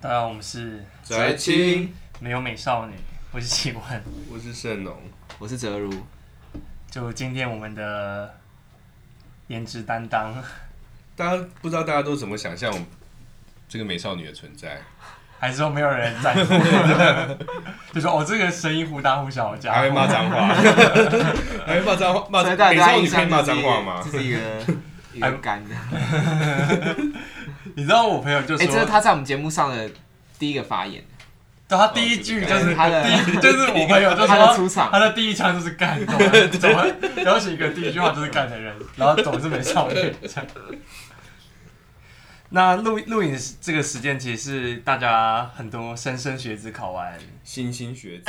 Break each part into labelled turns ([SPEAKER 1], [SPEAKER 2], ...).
[SPEAKER 1] 大家好，我们是
[SPEAKER 2] 宅青，
[SPEAKER 1] 没有美少女，我是奇文。
[SPEAKER 2] 我是盛农，
[SPEAKER 3] 我是泽如，
[SPEAKER 1] 就今天我们的颜值担当，
[SPEAKER 2] 大家不知道大家都怎么想象我们这个美少女的存在？
[SPEAKER 1] 还是说没有人在乎？ 就说哦，这个声音忽大忽小的家
[SPEAKER 2] 还
[SPEAKER 3] 哎
[SPEAKER 2] 会
[SPEAKER 1] 伙，
[SPEAKER 2] 骂脏话，还会骂脏话，
[SPEAKER 1] 啊
[SPEAKER 2] 骂
[SPEAKER 3] 所以大
[SPEAKER 2] 美
[SPEAKER 3] 家
[SPEAKER 2] 少
[SPEAKER 3] 印
[SPEAKER 2] 女可以
[SPEAKER 3] 象就
[SPEAKER 2] 骂
[SPEAKER 3] 是
[SPEAKER 2] 脏
[SPEAKER 3] 一
[SPEAKER 2] 话
[SPEAKER 3] 个
[SPEAKER 2] 吗？
[SPEAKER 3] 这是一个 一个干的。
[SPEAKER 1] 你知道我朋友就
[SPEAKER 3] 哎，
[SPEAKER 1] 哎说，
[SPEAKER 3] 这是他在我们节目上的第一个 发言，
[SPEAKER 1] 对他第一句就
[SPEAKER 3] 就是
[SPEAKER 1] 是
[SPEAKER 3] 他的
[SPEAKER 1] 第一，就是我朋友就
[SPEAKER 3] 他的
[SPEAKER 1] 说
[SPEAKER 3] 出场
[SPEAKER 1] 他的第一枪就是干，你懂 吗怎么邀请一哦个第一句话就是干的人，然后总是美少女这样。那录录影这个时间其实是大家很多莘莘学子考完
[SPEAKER 2] 星星学子，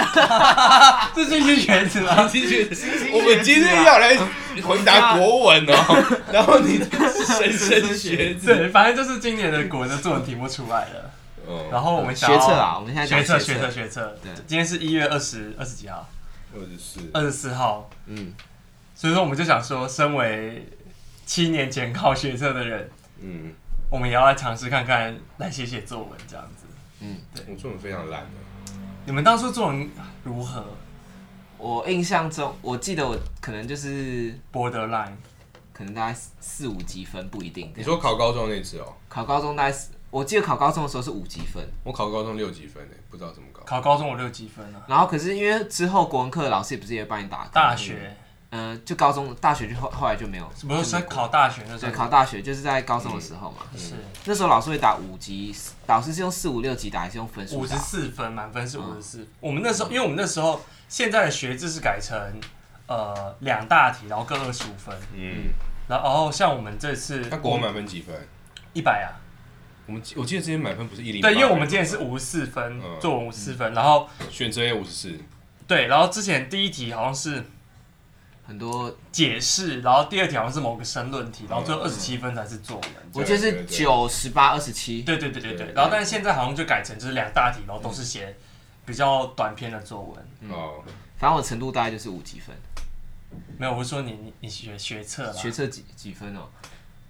[SPEAKER 1] 这是一学子 吗？
[SPEAKER 2] 星星学子
[SPEAKER 3] 星
[SPEAKER 2] 我们今天要来回答国文哦，然后你神神学子，
[SPEAKER 1] 对，反正就是今年的国的作文题目出来了，
[SPEAKER 2] 哦，
[SPEAKER 1] 然后我们
[SPEAKER 3] 学
[SPEAKER 1] 想要
[SPEAKER 3] 测，啊，我们现在
[SPEAKER 1] 学测
[SPEAKER 3] 讲
[SPEAKER 1] 学测
[SPEAKER 3] 测，
[SPEAKER 1] 学测，
[SPEAKER 3] 对
[SPEAKER 1] 今天是一月二十二十几号，
[SPEAKER 2] 或者是
[SPEAKER 1] 二十四号，
[SPEAKER 3] 嗯，
[SPEAKER 1] 所以说我们就想说，身为七年前考学测的人，
[SPEAKER 2] 嗯，
[SPEAKER 1] 我们也要来尝试看看来写写作文这样子。
[SPEAKER 2] 我中文非常烂的，
[SPEAKER 1] 你们当初作文如何
[SPEAKER 3] 我印象中，我记得我可能就是
[SPEAKER 1] ？Borderline，
[SPEAKER 3] 可能大概四四五级分不一定。
[SPEAKER 2] 你说考高中那次哦，
[SPEAKER 3] 考高中大概四，我记得考高中的时候是五级分，
[SPEAKER 2] 我考高中六几分呢，欸不知道怎么搞，
[SPEAKER 1] 考高中我六几分啊？
[SPEAKER 3] 然后可是因为之后国文课老师也不是也帮你打，
[SPEAKER 1] 大学，
[SPEAKER 3] 嗯、就高中大学就后后来就没有，
[SPEAKER 1] 不是
[SPEAKER 3] 就
[SPEAKER 1] 说
[SPEAKER 3] 没有
[SPEAKER 1] 考大学那时
[SPEAKER 3] 对
[SPEAKER 1] 候
[SPEAKER 3] 考大学就是在高中的时候嘛，
[SPEAKER 1] 是
[SPEAKER 3] 那时候老师会打五级，老师是用四五六级打还是用分数
[SPEAKER 1] 五十
[SPEAKER 3] 打？
[SPEAKER 1] 四分，满分是五十
[SPEAKER 2] 嗯
[SPEAKER 1] 四。我们那时候，因为我们那时候现在的学制是改成呃两大题，然后各二十五分。
[SPEAKER 2] 嗯，
[SPEAKER 1] 然后像我们这次
[SPEAKER 2] 那国文满分几分？
[SPEAKER 1] 一百啊，
[SPEAKER 2] 我们我记得之前满分不是一零，
[SPEAKER 1] 对，因为我们之前是五十四分，
[SPEAKER 2] 嗯
[SPEAKER 1] 作文五十四分，然后
[SPEAKER 2] 选择也五十四，
[SPEAKER 1] 对，然后之前第一题好像是
[SPEAKER 3] 很多，
[SPEAKER 1] 解释，然后第二题好像是某个申论题，然后最后
[SPEAKER 2] 嗯
[SPEAKER 1] 二十七分才是作文。
[SPEAKER 3] 我记
[SPEAKER 2] 对
[SPEAKER 3] 得是
[SPEAKER 2] 对对
[SPEAKER 3] 九十八二十七，
[SPEAKER 1] 对对对对
[SPEAKER 2] 对
[SPEAKER 1] 对，
[SPEAKER 2] 对
[SPEAKER 1] 然后但是现在好像就改成就是两大题，然后都是写比较短篇的作文。
[SPEAKER 2] 哦，
[SPEAKER 3] 反正我程度大概就是五级分，
[SPEAKER 1] 没有，我是说你你你学学测
[SPEAKER 2] 啊
[SPEAKER 1] 啦，
[SPEAKER 3] 学测几几分哦？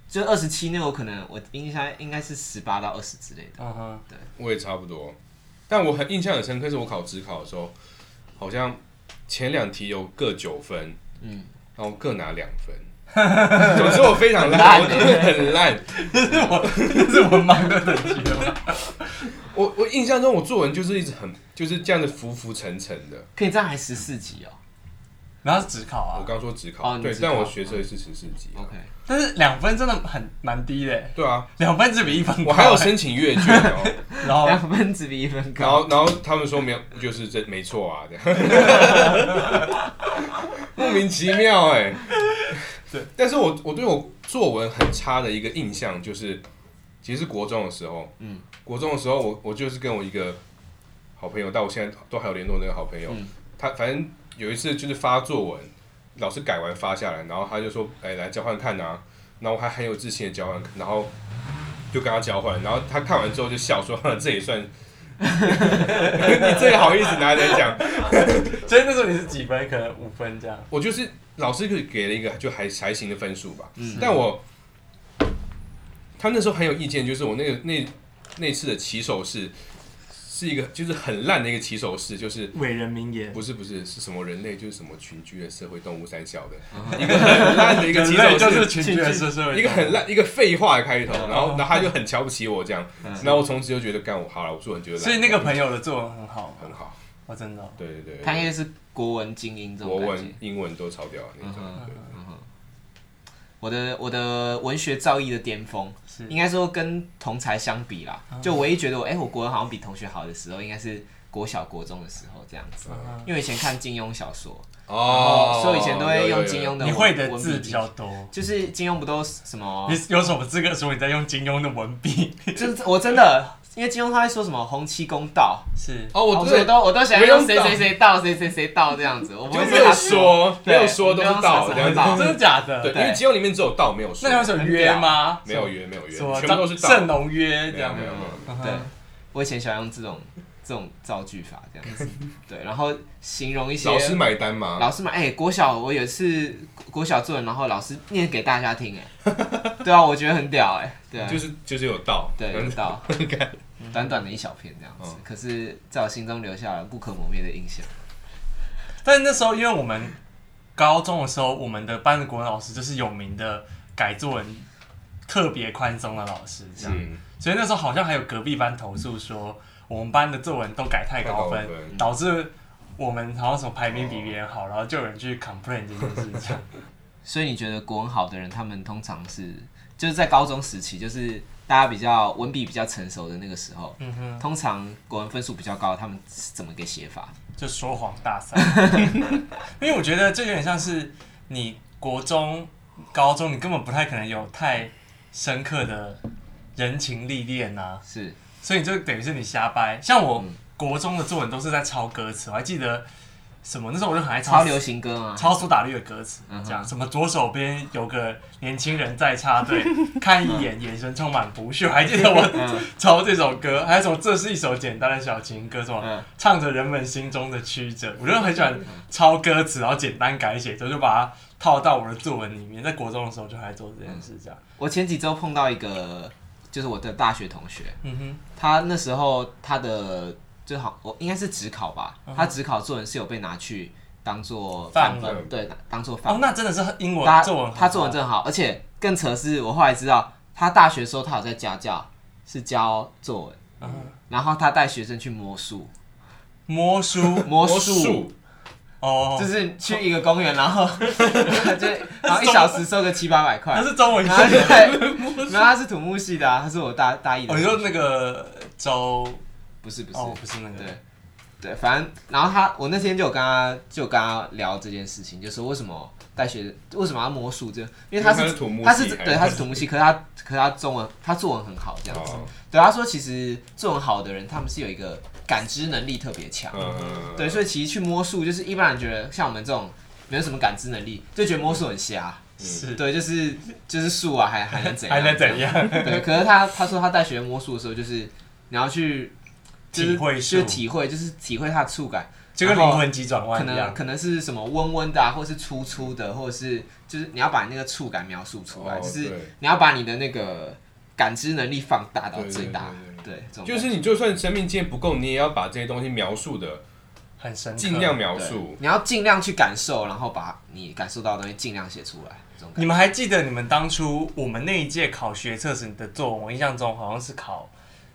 [SPEAKER 3] 就二十七那我可能我印象应该是十八到二十之类的，
[SPEAKER 1] 嗯哼，
[SPEAKER 2] 我也差不多。但我很印象很深刻，是我考职考的时候，好像前两题有各九分，
[SPEAKER 3] 嗯，
[SPEAKER 2] 然后各拿两 分。总之我非常烂，
[SPEAKER 3] 烂欸
[SPEAKER 2] 我真的很烂。
[SPEAKER 1] 这是我这是我忙的等级了吗？
[SPEAKER 2] 我我印象中我作文就是一直很就是这样子浮浮沉沉的。
[SPEAKER 3] 可以这样还十四级哦。
[SPEAKER 1] 然后是只考啊
[SPEAKER 2] 我，刚说职考，
[SPEAKER 3] 哦你
[SPEAKER 2] 对，
[SPEAKER 3] 职考
[SPEAKER 2] 但我学测是十四级。啊
[SPEAKER 3] OK，
[SPEAKER 1] 但是两分真的很蛮低的欸，
[SPEAKER 2] 对啊，
[SPEAKER 1] 两分只比一分高欸。
[SPEAKER 2] 我还有申请阅卷哦。
[SPEAKER 1] 然后
[SPEAKER 3] 两分只比一分
[SPEAKER 2] 然
[SPEAKER 3] 高，
[SPEAKER 2] 后然后他们说没有，就是这没错啊，这样， 莫名其妙哎、
[SPEAKER 1] 对，
[SPEAKER 2] 但是我我对我作文很差的一个印象就是，其实是国中的时候，嗯，国中的时候我我就是跟我一个好朋友，到我现在都还有联络的那个好朋友，他反正有一次就是发作文，老师改完发下来，然后他就说，哎、来交换看啊，然后我还很有自信的交换，然后就跟他交换，然后他看完之后就笑说， 这也算。 你这也好意思拿来讲？
[SPEAKER 1] 所以那时候你是几分？可能五分这样。
[SPEAKER 2] 我就是老师给给了一个就还还行的分数吧，
[SPEAKER 1] 嗯
[SPEAKER 2] 但我他那时候很有意见，就是我那个那那次的起手式是一个就是很烂的一个起手式，就是
[SPEAKER 1] 伟人名言，
[SPEAKER 2] 不是不是是什么人类就是什么群居的社会动物三小的一个很烂的一个起手式，
[SPEAKER 1] 啊就是群居的社会，
[SPEAKER 2] 一个很烂一个废话的开头，然后
[SPEAKER 1] 哦
[SPEAKER 2] 然后他就很瞧不起我这样，
[SPEAKER 1] 嗯
[SPEAKER 2] 然后我从此就觉得干我好了，我做人觉得烂
[SPEAKER 1] 所以那个朋友的作文很好，
[SPEAKER 2] 很好，
[SPEAKER 1] 我真的哦。
[SPEAKER 2] 对对对对，
[SPEAKER 3] 他应该是国文精英这
[SPEAKER 2] 国
[SPEAKER 3] 种感
[SPEAKER 2] 文
[SPEAKER 3] 觉。、
[SPEAKER 2] 英文都超掉了那种。
[SPEAKER 3] 嗯哼
[SPEAKER 2] 对
[SPEAKER 3] 我的我的文学造诣的巅峰
[SPEAKER 1] 是，
[SPEAKER 3] 应该说跟同才相比啦，就唯一觉得我哎、我国文好像比同学好的时候，应该是国小国中的时候这样子，
[SPEAKER 1] 嗯
[SPEAKER 3] 因为以前看金庸小说，
[SPEAKER 2] 哦
[SPEAKER 3] 所以以前都会用金庸的
[SPEAKER 1] 你
[SPEAKER 3] 文
[SPEAKER 1] 会的
[SPEAKER 3] 文笔
[SPEAKER 1] 字比
[SPEAKER 3] 进
[SPEAKER 1] 较
[SPEAKER 3] 去
[SPEAKER 1] 多，
[SPEAKER 3] 就是金庸不都什么
[SPEAKER 1] 你，有什么资格说你在用金庸的文笔？
[SPEAKER 3] 就是我真的，因为金庸他会说什么洪七公道，
[SPEAKER 1] 是
[SPEAKER 2] 哦，我
[SPEAKER 3] 我
[SPEAKER 2] 真的
[SPEAKER 3] 都我都想
[SPEAKER 2] 我用
[SPEAKER 3] 用谁
[SPEAKER 2] 道
[SPEAKER 3] 谁谁道谁谁谁道这样子，我不
[SPEAKER 2] 就
[SPEAKER 3] 会
[SPEAKER 2] 没有
[SPEAKER 3] 他
[SPEAKER 2] 说，没有说都是道
[SPEAKER 3] 对
[SPEAKER 2] 这样
[SPEAKER 3] 没有说
[SPEAKER 2] 子。
[SPEAKER 1] 真的假的？
[SPEAKER 2] 对，因
[SPEAKER 3] 对
[SPEAKER 2] 为金庸里面只有道没有说，
[SPEAKER 1] 那你有什么约吗？
[SPEAKER 2] 没有约，没有约，
[SPEAKER 1] 什么
[SPEAKER 2] 全部都是道。
[SPEAKER 1] 圣农约
[SPEAKER 2] 没
[SPEAKER 1] 这
[SPEAKER 2] 有
[SPEAKER 1] 样
[SPEAKER 2] 没有，没
[SPEAKER 1] 吗？
[SPEAKER 2] 有
[SPEAKER 1] 嗯哼
[SPEAKER 3] 对，我以前喜欢用这种这种造句法这样子，对，然后形容一些
[SPEAKER 2] 老师买单吗？
[SPEAKER 3] 老师嘛，哎、国小我有一次国小作文，然后老师念给大 家听、哎，对啊，我觉得很屌、哎，对啊，
[SPEAKER 2] 就是就是有道，
[SPEAKER 3] 对，
[SPEAKER 2] 嗯
[SPEAKER 3] 有道，短短的一小片这样
[SPEAKER 1] 嗯
[SPEAKER 3] 子，可是在我心中留下了不可磨灭的印象。
[SPEAKER 1] 但是那时候，因为我们高中的时候，我们的班的国文老师就是有名的改作文特别宽松的老师，这样。
[SPEAKER 2] 嗯，
[SPEAKER 1] 所以那时候好像还有隔壁班投诉说，我们班的作文都改太高分
[SPEAKER 2] 太高，分
[SPEAKER 1] 导致我们好像什么排名比别人好，然后就有人去 complain 这件事情。
[SPEAKER 3] 所以你觉得国文好的人，他们通常是就是在高中时期，就是大家比较文笔比较成熟的那个时候，
[SPEAKER 1] 嗯哼，
[SPEAKER 3] 通常国文分数比较高，他们是怎么个写法？
[SPEAKER 1] 就说谎大 赛，因为我觉得这有点像是你国中、高中，你根本不太可能有太深刻的人情历练啊呐、
[SPEAKER 3] 是
[SPEAKER 1] 所以你就等于是你瞎掰。像我
[SPEAKER 3] 嗯
[SPEAKER 1] 国中的作文都是在抄歌词，我还记得什么那时候我就很爱抄
[SPEAKER 3] 抄流行歌吗？
[SPEAKER 1] 抄苏打绿的歌词，
[SPEAKER 3] 嗯哼
[SPEAKER 1] 这样什么左手边有个年轻人在插 队，看一眼眼神充满不屑，我还记得
[SPEAKER 3] 嗯
[SPEAKER 1] 我抄这首歌，还有什么这是一首简单的小情歌，什么、
[SPEAKER 3] 嗯
[SPEAKER 1] 唱着人们心中的曲折，我就很喜欢抄歌词，然后简单改写，之后就把它套到我的作文里面。在国中的时候就还做这件事，这样，
[SPEAKER 3] 我前几周碰到一个，就是我的大学同学，
[SPEAKER 1] 嗯哼，
[SPEAKER 3] 他那时候他的最好我应该是职考吧，
[SPEAKER 1] 嗯
[SPEAKER 3] 他职考作文是有被拿去当做
[SPEAKER 1] 范
[SPEAKER 3] 范
[SPEAKER 1] 文
[SPEAKER 3] 本，对，当做范
[SPEAKER 1] 哦，那真的是英
[SPEAKER 3] 他
[SPEAKER 1] 文作文很好，
[SPEAKER 3] 他作文真的好，而且更扯的是，我后来知道他大学的时候他有在家教，是教作文，
[SPEAKER 1] 嗯
[SPEAKER 3] 然后他带学生去 魔术，
[SPEAKER 1] 魔术
[SPEAKER 3] 魔术
[SPEAKER 2] 术
[SPEAKER 1] 哦，
[SPEAKER 3] 就是去一个公园，然后就然后一小时收个七八百块
[SPEAKER 1] 那，是中文系
[SPEAKER 3] 然后
[SPEAKER 1] 的，
[SPEAKER 3] 对，然后他是土木系的、啊，他是我大大一的
[SPEAKER 1] 哦，你，说那个周
[SPEAKER 3] 不是不是，
[SPEAKER 1] 哦，不是那个，
[SPEAKER 3] 对对，反正然后他，我那天就有跟他就有跟他聊这件事情，就说为什么带学为什么要魔术这，因为他
[SPEAKER 2] 因为他
[SPEAKER 3] 是
[SPEAKER 2] 是土木系
[SPEAKER 3] 他是
[SPEAKER 2] 还
[SPEAKER 3] 对
[SPEAKER 2] 是
[SPEAKER 3] 他是土木系，可是他可是他中文他作文很好这样子。
[SPEAKER 2] 哦
[SPEAKER 3] 对，他说其实作文好的人，他们是有一个感知能力特别强。
[SPEAKER 2] 嗯，
[SPEAKER 3] 对，所以其实去摸术，就是一般人觉得像我们这种没有什么感知能力，就觉得摸术很瞎。
[SPEAKER 1] 是
[SPEAKER 3] 对，就是就是术啊，还还能怎样？
[SPEAKER 1] 还能怎样？
[SPEAKER 3] 对，可是他他说他在学摸术的时候，就是你要去就是
[SPEAKER 1] 体会术
[SPEAKER 3] 就是体会，就是体会它的触感，
[SPEAKER 1] 就跟
[SPEAKER 3] 然后
[SPEAKER 1] 灵魂急转
[SPEAKER 3] 可
[SPEAKER 1] 弯一
[SPEAKER 3] 能
[SPEAKER 1] 样。
[SPEAKER 3] 可能是什么温温的啊，或是粗粗的，或者是就是你要把那个触感描述出来，
[SPEAKER 2] 哦
[SPEAKER 3] 就是
[SPEAKER 2] 对
[SPEAKER 3] 你要把你的那个感知能力放大到
[SPEAKER 2] 哦对对
[SPEAKER 3] 最大。对，这种
[SPEAKER 2] 嗯就是你就算生命经验不够，你也要把这些东西描述的
[SPEAKER 1] 很深刻，
[SPEAKER 2] 尽量描
[SPEAKER 3] 对
[SPEAKER 2] 述。
[SPEAKER 3] 你要尽量去感受，然后把你感受到的东西尽量写出来。这种感
[SPEAKER 1] 你们还记得你们当初我们那一届考学测时的作文？我印象中好像是考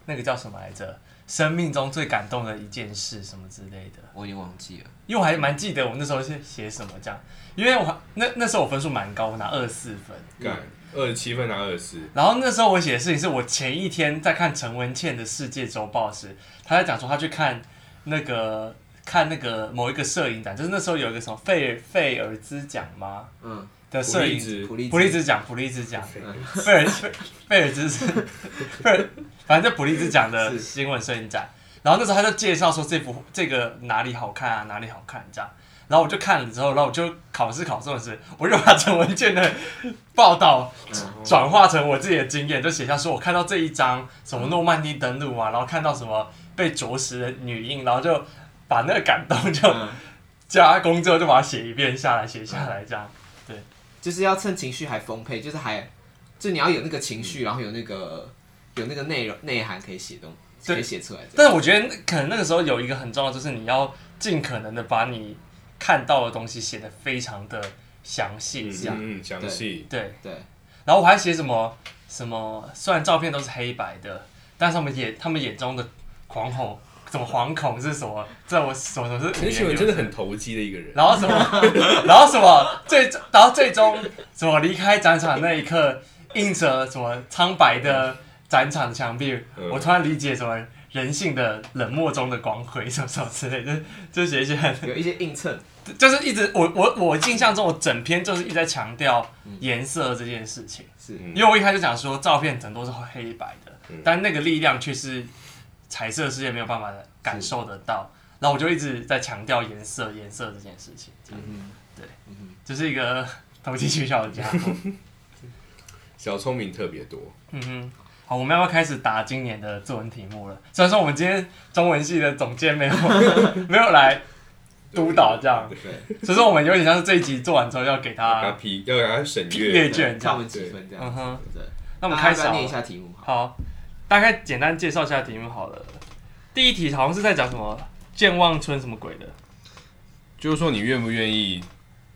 [SPEAKER 1] 那个叫什么来着？生命中最感动的一件事什么之类的。
[SPEAKER 3] 我已经忘记了。
[SPEAKER 1] 因为我还蛮记得我那时候是写什么这样，因为我还那那时候我分数蛮高，我拿二四分。
[SPEAKER 2] 干二十七分拿二十四，
[SPEAKER 1] 然后那时候我写的事情是我前一天在看陈文茜的《世界周报》时，她在讲说她去看那个看那个某一个摄影展，就是那时候有一个什么费尔费尔兹奖吗
[SPEAKER 3] 嗯，
[SPEAKER 1] 的
[SPEAKER 2] 普
[SPEAKER 1] 摄
[SPEAKER 2] 利
[SPEAKER 1] 影
[SPEAKER 2] 兹
[SPEAKER 3] 普利
[SPEAKER 1] 普利兹奖，普利兹奖，贝尔贝尔兹是贝尔，反正就普利兹奖的新闻摄影展。然后那时候他就介绍说这幅这个哪里好看啊，哪里好看这样。然后我就看了之后，然后我就考试考中的时，我就把陈文健的报道转化成我自己的经验，就写下说我看到这一张什么诺曼底登陆啊，然后看到什么被啄食的女婴，然后就把那个感动就
[SPEAKER 3] 嗯
[SPEAKER 1] 加工之后就把它写一遍下来，写下来这样。
[SPEAKER 3] 就是要趁情绪还丰沛，就是还就你要有那个情绪，然后有那个有那个内容内涵可以写东，
[SPEAKER 1] 对
[SPEAKER 3] 可以写出来。这样
[SPEAKER 1] 但是我觉得那可能那个时候有一个很重要，就是你要尽可能的把你看到的东西写得非常的详细，这样、
[SPEAKER 2] 嗯嗯，详细。
[SPEAKER 1] 对。
[SPEAKER 3] 对，
[SPEAKER 1] 然后我还写什么什么，虽然照片都是黑白的，但是他们眼他们眼中的狂吼，什么惶恐是什么？在我什么什 么是？
[SPEAKER 2] 陈启文真的很投机的一个人，
[SPEAKER 1] 然后什么， 然后什么，最然后最终什么离开展场那一刻，映着什么苍白的展场墙壁，
[SPEAKER 2] 嗯
[SPEAKER 1] 我突然理解什么人性的冷漠中的光辉，什么什么之类 的，就写一些很，
[SPEAKER 3] 有一些映衬。
[SPEAKER 1] 就是一直我我我印象中，我整篇就是一直在强调颜色这件事情，
[SPEAKER 3] 是
[SPEAKER 2] 嗯
[SPEAKER 1] 因为我一开始讲说照片整都是黑白的，
[SPEAKER 2] 嗯
[SPEAKER 1] 但那个力量却是彩色世界没有办法感受得到，然后我就一直在强调颜色颜色这件事情。
[SPEAKER 3] 嗯
[SPEAKER 1] 就是一个投机取巧的家 伙。
[SPEAKER 2] 小聪明特别多。
[SPEAKER 1] 嗯哼，好，我们要不要开始答今年的作文题目了？虽然说我们今天中文系的总监没有 没有来 督导这样，
[SPEAKER 3] 哼，对，
[SPEAKER 1] 所以说我们有点像是这一集做完之后要给
[SPEAKER 2] 要给他
[SPEAKER 1] 他
[SPEAKER 2] 批，要给他审阅
[SPEAKER 1] 阅卷这
[SPEAKER 3] 看
[SPEAKER 1] 样。
[SPEAKER 3] 我们几分这样
[SPEAKER 1] 嗯
[SPEAKER 3] 子。
[SPEAKER 1] 哼，
[SPEAKER 3] 对，
[SPEAKER 1] 那我们开始
[SPEAKER 3] 大家
[SPEAKER 1] 好
[SPEAKER 3] 念一
[SPEAKER 1] 了
[SPEAKER 3] 下题目。好，
[SPEAKER 1] 好，大概简单介绍一下题目好了。第一题好像是在讲什么健忘村什么鬼的，
[SPEAKER 2] 就是说你愿不愿意？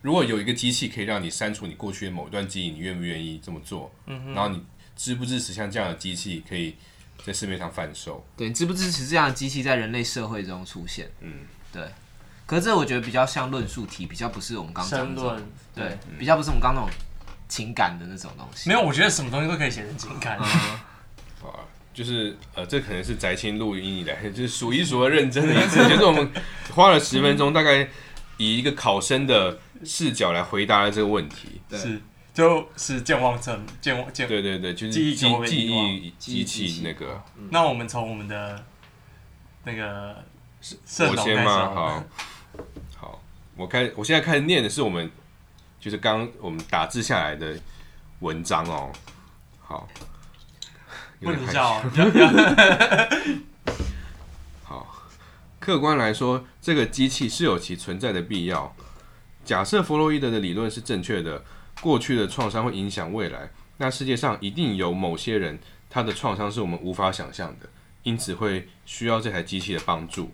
[SPEAKER 2] 如果有一个机器可以让你删除你过去的某一段记忆，你愿不愿意这么做？嗯、然后你支不支持像这样的机器可以在市面上贩售？
[SPEAKER 3] 对，你支不支持这样的机器在人类社会中出现？
[SPEAKER 2] 嗯，
[SPEAKER 3] 对。可是这我觉得比较像论述题，比较不是我们刚讲
[SPEAKER 1] 申
[SPEAKER 3] 的这种，
[SPEAKER 1] 论。
[SPEAKER 3] 对，比较不是我们刚那种情感的那种东西。
[SPEAKER 1] 没有，我觉得什么东西都可以写成情 感。
[SPEAKER 2] 好啊，就是呃，这可能是宅青录音以来 就是数一数二认真的一次，就是我们花了十 分钟，大概以一个考生的视角来回答了这个问题。
[SPEAKER 3] 对
[SPEAKER 1] 是，就是健忘症，健忘健。
[SPEAKER 2] 对对对，就是
[SPEAKER 1] 记忆
[SPEAKER 2] 记
[SPEAKER 1] 可不可以
[SPEAKER 2] 记
[SPEAKER 1] 遗忘
[SPEAKER 2] 忆机器那个，
[SPEAKER 1] 那我们从我们的那个社龙
[SPEAKER 2] 我
[SPEAKER 1] 开
[SPEAKER 2] 先
[SPEAKER 1] 始
[SPEAKER 2] 吗？
[SPEAKER 1] 好了，
[SPEAKER 2] 好，好，我开，我现在开始念的是我们就是刚我们打字下来的文章哦。好，有
[SPEAKER 1] 不
[SPEAKER 2] 点
[SPEAKER 1] 能
[SPEAKER 2] 害
[SPEAKER 1] 笑
[SPEAKER 2] 羞。
[SPEAKER 1] 哦，不要不要
[SPEAKER 2] 好，客观来说，这个机器是有其存在的必要。假设弗洛伊德的理论是正确的，过去的创伤会影响未来，那世界上一定有某些人，他的创伤是我们无法想象的，因此会需要这台机器的帮助。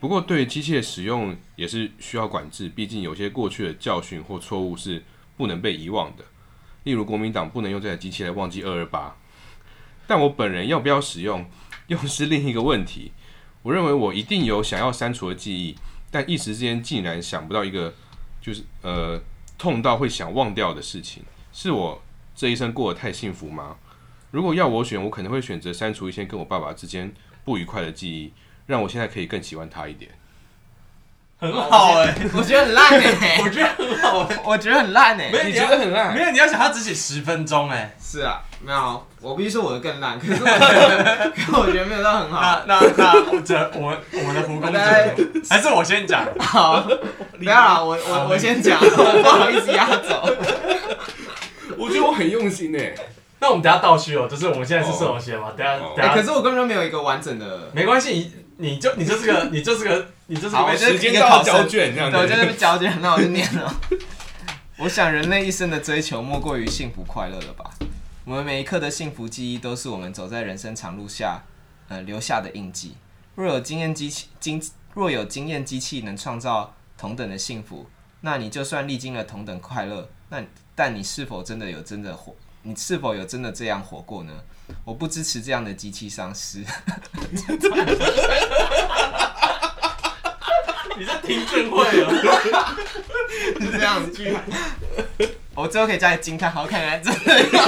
[SPEAKER 2] 不过，对于机器的使用也是需要管制，毕竟有些过去的教训或错误是不能被遗忘的。例如，国民党不能用这台机器来忘记二二八。但我本人要不要使用，又是另一个问题。我认为我一定有想要删除的记忆，但一时之间竟然想不到一个，就是呃痛到会想忘掉的事情。是我这一生过得太幸福吗？如果要我选，我可能会选择删除一些跟我爸爸之间不愉快的记忆，让我现在可以更喜欢他一点。
[SPEAKER 1] 很好哎，
[SPEAKER 3] 我欸觉得很烂 哎、
[SPEAKER 1] 我觉得很好哎。
[SPEAKER 3] 我觉得很烂哎、
[SPEAKER 1] 没有
[SPEAKER 2] 你觉得很烂
[SPEAKER 1] 没？有，你要想他只写十分钟哎，
[SPEAKER 3] 是啊，没有，我必须说我的更烂，可 是我觉得，可是我觉得没有到很好。
[SPEAKER 1] 那那那我这我们我们的胡公 子
[SPEAKER 3] 大概
[SPEAKER 1] 还是我先讲，
[SPEAKER 3] 好，不要啦，我我我先讲， 不好意思压走。
[SPEAKER 2] 我觉得我很用心诶、
[SPEAKER 1] 那我们等下倒叙哦，就是我们现在是射龙写嘛，等下
[SPEAKER 2] 哦
[SPEAKER 1] 等
[SPEAKER 3] 哎、可
[SPEAKER 1] 下
[SPEAKER 3] 是我根本就没有一个完整的，
[SPEAKER 1] 没关系，你你就你就是个你就是个你就是
[SPEAKER 3] 好我
[SPEAKER 1] 个
[SPEAKER 3] 觉得
[SPEAKER 2] 时间到了胶卷这样
[SPEAKER 3] 对，我就在那
[SPEAKER 2] 子。
[SPEAKER 3] 边矫情，那我就念了。我想人类一生的追求莫过于幸福快乐了吧？我们每一刻的幸福记忆都是我们走在人生长路下，呃留下的印记。若有经验机器经，若有经验机器能创造同等的幸福，那你就算历经了同等快乐，那但你是否真的有真的活？你是否有真的这样活过呢？我不支持这样的机器丧尸。
[SPEAKER 1] 你在听证会哦，
[SPEAKER 3] 是这样子。我最后可以加个惊叹号，看起来真 的，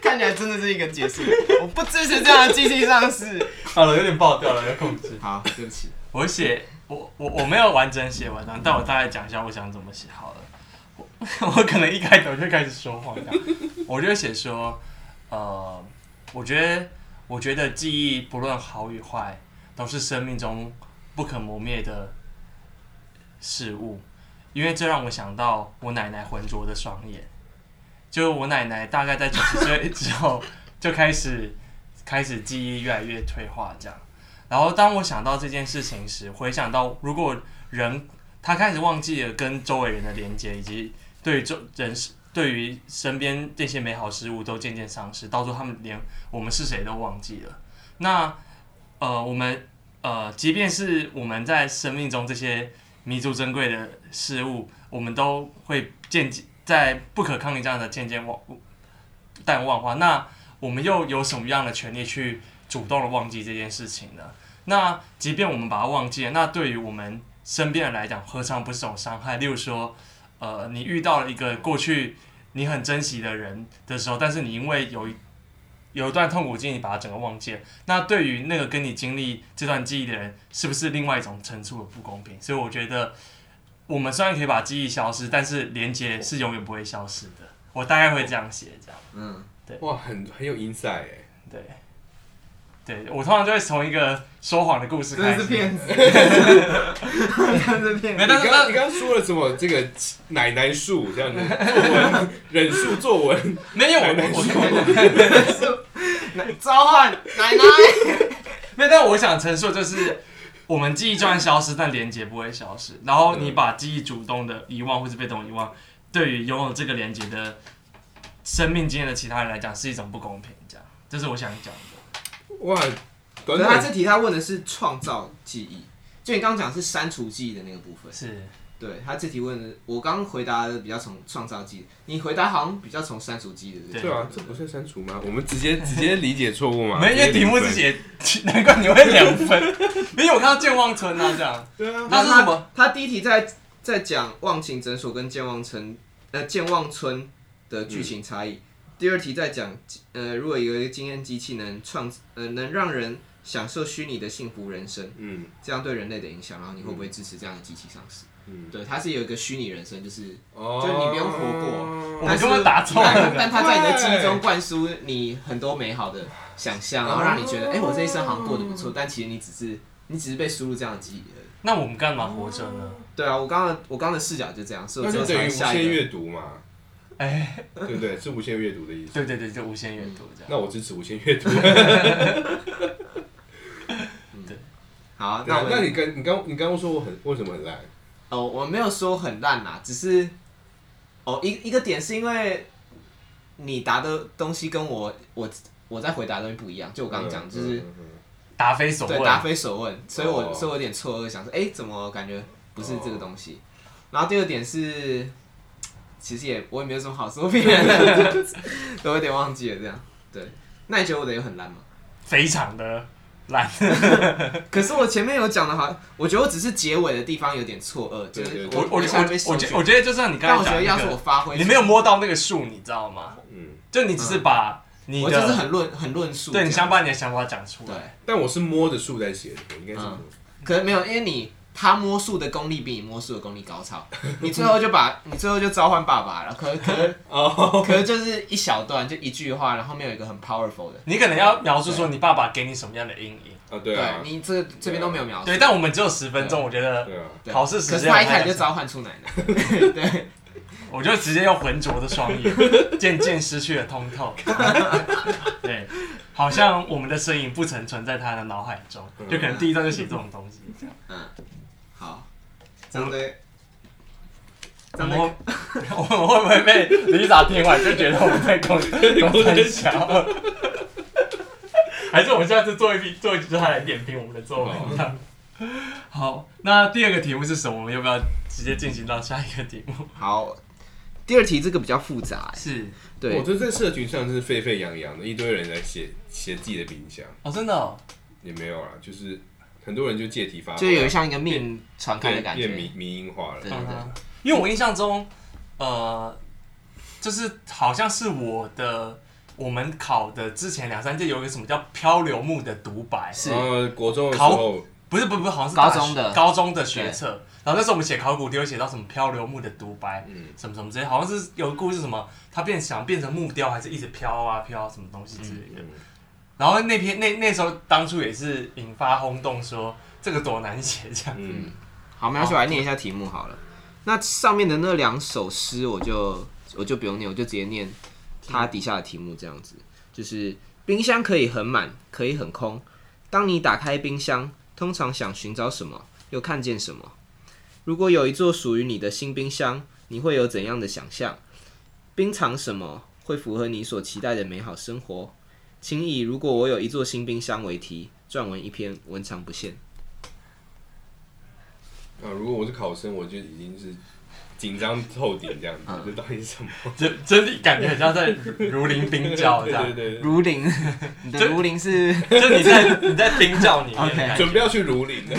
[SPEAKER 3] 看起来真的是一个解释。我不支持这样的机器上市。
[SPEAKER 1] 好了，有点爆掉了，要控制。
[SPEAKER 3] 好，对不起。
[SPEAKER 1] 我写我我我没有完整写文章，但我大概讲一下我想怎么写好了。我 我可能一开头就开始说谎这样，我就写说，呃，我觉得我觉得记忆不论好与坏，都是生命中不可磨灭的事物，因为这让我想到我奶奶浑浊的双眼，就是我奶奶大概在九十岁之后就开始开始记忆越来越退化这样。然后当我想到这件事情时，回想到如果人他开始忘记了跟周围人的连接，以及对于周人对于身边这些美好事物都渐渐丧失，到最后他们连我们是谁都忘记了。那呃，我们呃，即便是我们在生命中这些弥足珍贵的事物，我们都会渐渐在不可抗力这样的渐渐忘淡忘化。那我们又有什么样的权利去主动的忘记这件事情呢？那即便我们把它忘记了，那对于我们身边人来讲，何尝不是种伤害？例如说，呃，你遇到了一个过去你很珍惜的人的时候，但是你因为有一有一段痛苦经历，把它整个忘记了。那对于那个跟你经历这段记忆的人，是不是另外一种陈述的不公平？所以我觉得，我们虽然可以把记忆消失，但是连接是永远不会消失的。我大概会这样写，这样。
[SPEAKER 3] 嗯，
[SPEAKER 2] 哇，很很有 insight 哎、
[SPEAKER 1] 对，对我通常就会从一个说谎的故事
[SPEAKER 3] 真
[SPEAKER 1] 开
[SPEAKER 3] 的
[SPEAKER 1] 始
[SPEAKER 3] 是。骗 子，真哎的是骗
[SPEAKER 1] 没
[SPEAKER 3] 子。
[SPEAKER 1] 但
[SPEAKER 2] 你
[SPEAKER 1] 是但
[SPEAKER 2] 刚你刚刚说了什么？这个奶奶术这样子，作文 忍术作文，
[SPEAKER 1] 没有我我 我
[SPEAKER 3] 召唤奶奶。
[SPEAKER 1] 没有，但我想陈述的就是，我们记忆就算消失，但连接不会消失。然后你把记忆主动的遗忘或是被动遗忘，对于拥有这个连接的生命经验的其他人来讲是一种不公平。这样，这是我想讲的。
[SPEAKER 2] 哇，短
[SPEAKER 3] 可是他
[SPEAKER 2] 短
[SPEAKER 3] 这题他问的是创造记忆，就你刚刚讲是删除记忆的那个部分。
[SPEAKER 1] 是
[SPEAKER 3] 对他这题问的，我刚回答的比较从创造记忆，你回答好像比较从删除记忆的这个。
[SPEAKER 2] 对啊，这不是删除吗？我们直接直接理解错误 嘛？
[SPEAKER 1] 没，因为
[SPEAKER 2] 直接
[SPEAKER 1] 题目是写，
[SPEAKER 2] 零分
[SPEAKER 1] 难怪你会两分，因为我看到健忘村啊这样，
[SPEAKER 2] 对啊，
[SPEAKER 1] 那是什么？
[SPEAKER 3] 他第一题在在讲忘情诊所跟健忘村呃健忘村的剧情差异，第二题在讲呃如果有一个经验机器能创呃能让人享受虚拟的幸福人生，
[SPEAKER 2] 嗯
[SPEAKER 3] 这样对人类的影响，然后你会不会支持这样的机器上市？
[SPEAKER 2] 嗯，
[SPEAKER 3] 对，它是有一个虚拟人生，就是
[SPEAKER 2] 哦
[SPEAKER 3] 就你不用活
[SPEAKER 1] 我
[SPEAKER 3] 过但
[SPEAKER 1] 们
[SPEAKER 3] 是
[SPEAKER 1] 根本打错
[SPEAKER 3] 但
[SPEAKER 1] 了，
[SPEAKER 3] 但它在你的记忆中灌输你很多美好的想象，然后让你觉得，哎、我这一生好像过得不错，但其实你只是你只是被输入这样的记忆而已。
[SPEAKER 1] 那我们干嘛活着呢？
[SPEAKER 3] 对啊，我刚刚的我刚刚的视角就这样，所以
[SPEAKER 2] 那
[SPEAKER 3] 我
[SPEAKER 2] 就
[SPEAKER 3] 就
[SPEAKER 2] 等于
[SPEAKER 3] 才
[SPEAKER 2] 无
[SPEAKER 3] 下
[SPEAKER 2] 限
[SPEAKER 3] 一个。
[SPEAKER 2] 阅读嘛，
[SPEAKER 1] 哎，
[SPEAKER 2] 对不对？是无限阅读的意思。
[SPEAKER 1] 对对对，就无限阅读这样。
[SPEAKER 2] 那我支持无限阅读。
[SPEAKER 3] 好， 那
[SPEAKER 2] 那
[SPEAKER 3] 我
[SPEAKER 2] 那
[SPEAKER 3] 们
[SPEAKER 2] 你跟你刚你刚刚说我很为什么很烂？
[SPEAKER 3] 哦，我没有说很烂啦，只是哦一一个点是因为你答的东西跟我我我在回答的东西不一样，就我
[SPEAKER 2] 我
[SPEAKER 3] 刚刚讲就是。
[SPEAKER 2] 嗯
[SPEAKER 1] 答非所
[SPEAKER 3] 对，
[SPEAKER 1] 嗯
[SPEAKER 3] 答
[SPEAKER 1] 问，
[SPEAKER 3] 非所问，所以我、
[SPEAKER 2] 哦
[SPEAKER 3] 所以我有点错愕，想说，哎、怎么感觉不是这个东
[SPEAKER 1] 哦
[SPEAKER 3] 西？然后第二点是，其实也我也没有什么好说别人的，都有点忘记了这样。对，那你觉得我的有很烂吗？
[SPEAKER 1] 非常的烂。
[SPEAKER 3] 可是我前面有讲的好，我觉得我只是结尾的地方有点错愕，
[SPEAKER 2] 对
[SPEAKER 3] 就是
[SPEAKER 2] 对对
[SPEAKER 1] 我我
[SPEAKER 3] 我
[SPEAKER 1] 我
[SPEAKER 3] 下被
[SPEAKER 1] 我
[SPEAKER 3] 收
[SPEAKER 1] 觉
[SPEAKER 3] 卷
[SPEAKER 1] 我觉得就像你
[SPEAKER 3] 但
[SPEAKER 1] 刚
[SPEAKER 3] 我
[SPEAKER 1] 才
[SPEAKER 3] 觉得
[SPEAKER 1] 讲
[SPEAKER 3] 要是我
[SPEAKER 1] 那
[SPEAKER 3] 发挥，
[SPEAKER 1] 个，你没有，摸到那个数，你知道吗？
[SPEAKER 2] 嗯，
[SPEAKER 1] 就你只是把你
[SPEAKER 3] 我就是
[SPEAKER 1] 的，
[SPEAKER 3] 很论很论述这
[SPEAKER 1] 对
[SPEAKER 3] 样，
[SPEAKER 1] 你想把你的想法讲出
[SPEAKER 3] 对
[SPEAKER 1] 来。，
[SPEAKER 2] 但我是摸着树在写的，我应该是摸
[SPEAKER 3] 嗯可是没有，因为你他摸树的功力比你摸树的功力高超，你最后就把你最后就召唤爸爸了，可 可是
[SPEAKER 2] 哦，
[SPEAKER 3] 可是就是一小段，就一句话，然后后面有一个很 powerful 的，
[SPEAKER 1] 你可能要描述说你爸爸给你什么样的阴影，
[SPEAKER 2] 啊对啊，
[SPEAKER 3] 你这这边都没有描述，
[SPEAKER 1] 对，但我们只有十分钟，我觉得
[SPEAKER 2] 对啊，
[SPEAKER 3] 对
[SPEAKER 1] 考试时
[SPEAKER 3] 可是
[SPEAKER 1] 间
[SPEAKER 3] 他
[SPEAKER 1] 我
[SPEAKER 3] 一开始
[SPEAKER 1] 们
[SPEAKER 3] 就召唤出奶奶，对，
[SPEAKER 1] 我就直接用浑浊的双眼，渐渐失去了通透。对，好像我们的身影不曾存在他的脑海中，就可能第一段就写这种东西，这样。
[SPEAKER 3] 好，这样对，这
[SPEAKER 1] 我
[SPEAKER 3] 样
[SPEAKER 1] 们
[SPEAKER 3] 对，
[SPEAKER 1] 会我们会不会被李长听完就觉得我们在公公分小？ 还是我们下次做一批做一批，他来点评我们的作文。这样 好，那第二个题目是什么？我们要不要直接进行到下一个题目？
[SPEAKER 3] 好，第二题这个比较复杂，欸
[SPEAKER 1] 是
[SPEAKER 3] 对
[SPEAKER 2] 我，觉得在社群上是沸沸扬扬的，一堆人在写写自己的冰箱，
[SPEAKER 1] 哦，真的、哦，
[SPEAKER 2] 也没有啦，就是很多人就借题发挥啊，
[SPEAKER 3] 就有像一个命传开的
[SPEAKER 2] 变
[SPEAKER 3] 感
[SPEAKER 2] 变
[SPEAKER 3] 觉
[SPEAKER 2] 民，民音化了
[SPEAKER 3] 对，对对
[SPEAKER 1] 嗯因为我印象中，呃，就是好像是我的我们考的之前两三届有一个什么叫漂流木的独白，
[SPEAKER 3] 是
[SPEAKER 2] 然后国中的时候，
[SPEAKER 1] 不是不是不是，好像是大学
[SPEAKER 3] 高中的
[SPEAKER 1] 高中的学测。然后那时候我们写考古题，有写到什么漂流木的独白，
[SPEAKER 2] 嗯
[SPEAKER 1] 什么什么之类，好像是有个故事什么，他变想变成木雕，还是一直飘啊飘啊什么东西之类的。
[SPEAKER 2] 嗯
[SPEAKER 1] 然后那篇那那时候当初也是引发轰动说，这个多难写这样。
[SPEAKER 2] 嗯，
[SPEAKER 3] 好，没关系，我来念一下题目好了。那上面的那两首诗，我就我就不用念，我就直接念它底下的题目，这样子。就是冰箱可以很满，可以很空。当你打开冰箱，通常想寻找什么，又看见什么？如果有一座属于你的新冰箱，你会有怎样的想象？冰藏什么会符合你所期待的美好生活？请以“如果我有一座新冰箱”为题，撰文一篇，文长不限。
[SPEAKER 2] 啊，如果我是考生，我就已经是紧张透顶这样子，
[SPEAKER 1] 嗯
[SPEAKER 2] 这到底是什么？
[SPEAKER 1] 真真的感觉很像在如临冰窖这
[SPEAKER 2] 对
[SPEAKER 1] 样
[SPEAKER 2] 对，对对，
[SPEAKER 3] 如林， 你的
[SPEAKER 1] 这
[SPEAKER 3] 如林是
[SPEAKER 1] 就你在你在冰窖里面的
[SPEAKER 3] OK
[SPEAKER 1] 感觉，
[SPEAKER 2] 准备要去如林的，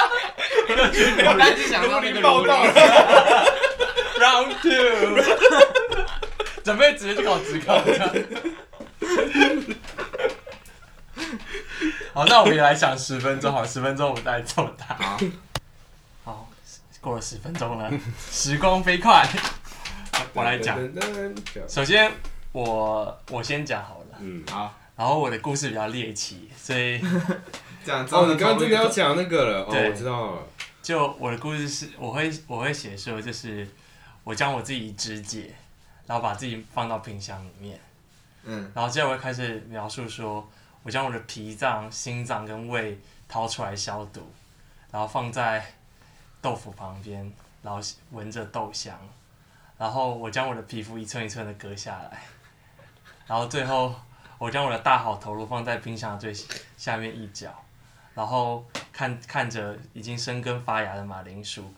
[SPEAKER 3] 我刚才想
[SPEAKER 2] 如
[SPEAKER 3] 到那
[SPEAKER 2] 林
[SPEAKER 3] 个
[SPEAKER 2] 报
[SPEAKER 3] 如林
[SPEAKER 2] 道，了，
[SPEAKER 1] Round Two，准 备直接去考职考这样。好，那我们也来想十分钟，好，十分钟我们再作答。
[SPEAKER 3] 好
[SPEAKER 1] 好，过了十分钟了，时光飞快，我来讲。
[SPEAKER 2] 噔噔噔噔
[SPEAKER 1] 首先，我我先讲好了，
[SPEAKER 2] 嗯，
[SPEAKER 3] 好，
[SPEAKER 1] 然后我的故事比较猎奇，所以
[SPEAKER 3] 这样
[SPEAKER 2] 哦，你刚刚真的要讲那个了，哦，
[SPEAKER 1] 对
[SPEAKER 2] 我知道了，
[SPEAKER 1] 就我的故事是，我会我会写说，就是我将我自己肢解，然后把自己放到冰箱里面。
[SPEAKER 3] 嗯
[SPEAKER 1] 然后接着我会开始描述说，我将我的脾脏、心脏跟胃掏出来消毒，然后放在豆腐旁边，然后闻着豆香，然后我将我的皮肤一寸一寸的割下来，然后最后我将我的大好头颅放在冰箱的最下面一角，然后看看着已经生根发芽的马铃薯，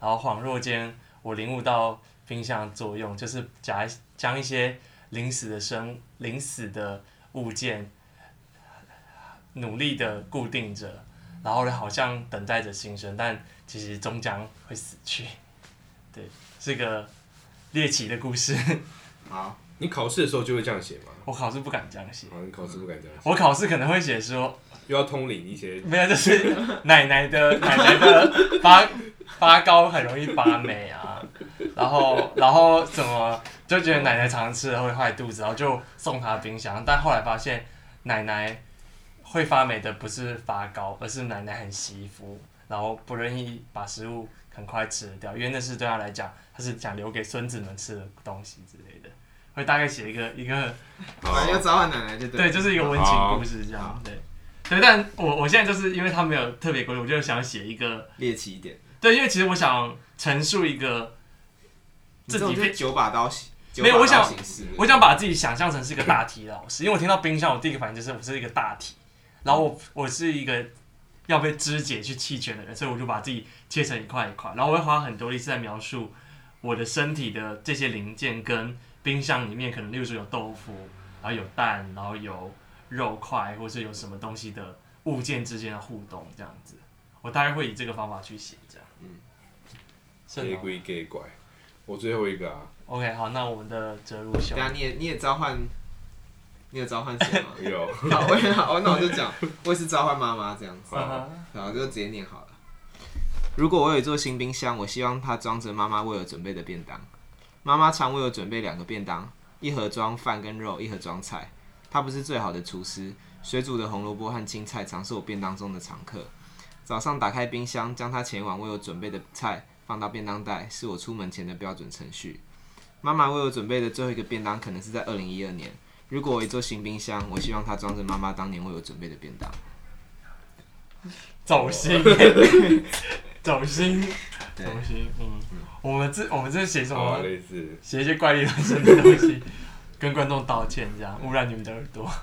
[SPEAKER 1] 然后恍若间我领悟到冰箱的作用，就是夹将一些临死的生临死的物件努力的固定着，然后好像等待着新生，但其实终将会死去。 对，是个猎奇的故事。
[SPEAKER 3] 好，
[SPEAKER 2] 你考试的时候就会这样写吗？哦
[SPEAKER 1] 我考试不敢这样写，
[SPEAKER 2] 好，你考试不敢这样写，
[SPEAKER 1] 我考试可能会写说
[SPEAKER 2] 又要通灵一些。
[SPEAKER 1] 没有，就是奶奶的奶奶的发发糕很容易发霉啊，然后然后怎么就觉得奶奶常吃了会坏肚子，然后就送她冰箱，但后来发现奶奶会发霉的不是发糕，而是奶奶很惜福，然后不愿意把食物很快吃掉，因为那是对她来讲，她是想留给孙子们吃的东西之类的，会大概写一个一个
[SPEAKER 2] 好
[SPEAKER 3] 反，
[SPEAKER 1] 哎
[SPEAKER 3] 正要找我奶奶就
[SPEAKER 1] 对，
[SPEAKER 3] 对。
[SPEAKER 1] 就是一个温情故事这样
[SPEAKER 3] 好。
[SPEAKER 1] 对，对，但我我现在就是因为他没有特别规律，我就想写一个，
[SPEAKER 3] 猎奇一点，
[SPEAKER 1] 对，因为其实我想陈述一个
[SPEAKER 3] 你
[SPEAKER 1] 自
[SPEAKER 3] 这种
[SPEAKER 1] 己
[SPEAKER 3] 就
[SPEAKER 1] 被
[SPEAKER 3] 是九把刀形，九
[SPEAKER 1] 没有
[SPEAKER 3] 把
[SPEAKER 1] 我
[SPEAKER 3] 刀
[SPEAKER 1] 想
[SPEAKER 3] 形式的
[SPEAKER 1] 我想把自己想象成是一个大题老师，因为我听到冰箱，我第一个反应就是我是一个大题，然后我我是一个要被肢解去弃权的人，所以我就把自己切成一块一块，然后我会花很多力气在描述我的身体的这些零件跟冰箱里面可能，例如说有豆腐，然后有蛋，然后有肉块，或是有什么东西的物件之间的互动这样子，我大概会以这个方法去写这样。嗯，
[SPEAKER 2] 给
[SPEAKER 1] 是
[SPEAKER 2] 鬼给拐，我最后一个啊，？
[SPEAKER 1] OK，好，那我们的哲如兄
[SPEAKER 3] 对，啊，你也你也召唤，你有召唤谁吗
[SPEAKER 2] 有
[SPEAKER 3] 好，我也好，那我就讲，我也是召唤妈妈这样子，
[SPEAKER 1] 嗯哼
[SPEAKER 3] 然后就直接念好了。如果我有一座新冰箱，我希望它装着妈妈为我准备的便当。妈妈常为我准备两个便当，一盒装饭跟肉，一盒装菜。她不是最好的厨师，水煮的红萝卜和青菜常是我便当中的常客。早上打开冰箱，将她前一晚为我准备的菜放到便当袋，是我出门前的标准程序。妈妈为我准备的最后一个便当，可能是在二零一二年。如果我有一座新冰箱，我希望它装着妈妈当年为我准备的便当。
[SPEAKER 1] 走心，走心，
[SPEAKER 3] 对
[SPEAKER 1] 走心。嗯，我们这我们这写什
[SPEAKER 2] 好啊，
[SPEAKER 1] 么？
[SPEAKER 2] 类似
[SPEAKER 1] 写一些怪力乱神的东西， 跟观众道歉，这样污染你们的耳朵。
[SPEAKER 2] 好，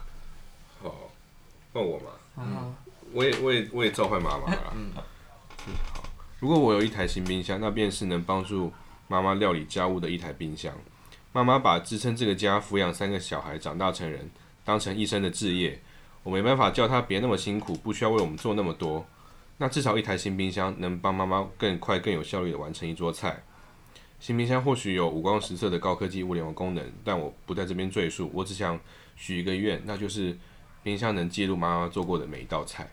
[SPEAKER 2] 哦问我嘛，
[SPEAKER 1] 嗯，
[SPEAKER 2] 我也我也我也召唤妈妈啦。嗯，好。如果我有一台新冰箱，那便是能帮助妈妈料理家务的一台冰箱。妈妈把支撑这个家、抚养三个小孩、长大成人，当成一生的置业。我没办法叫她别那么辛苦，不需要为我们做那么多。那至少一台新冰箱能帮妈妈更快、更有效率的完成一桌菜。新冰箱或许有五光十色的高科技物联网功能，但我不在这边赘述。我只想许一个愿，那就是冰箱能记录妈妈做过的每一道菜。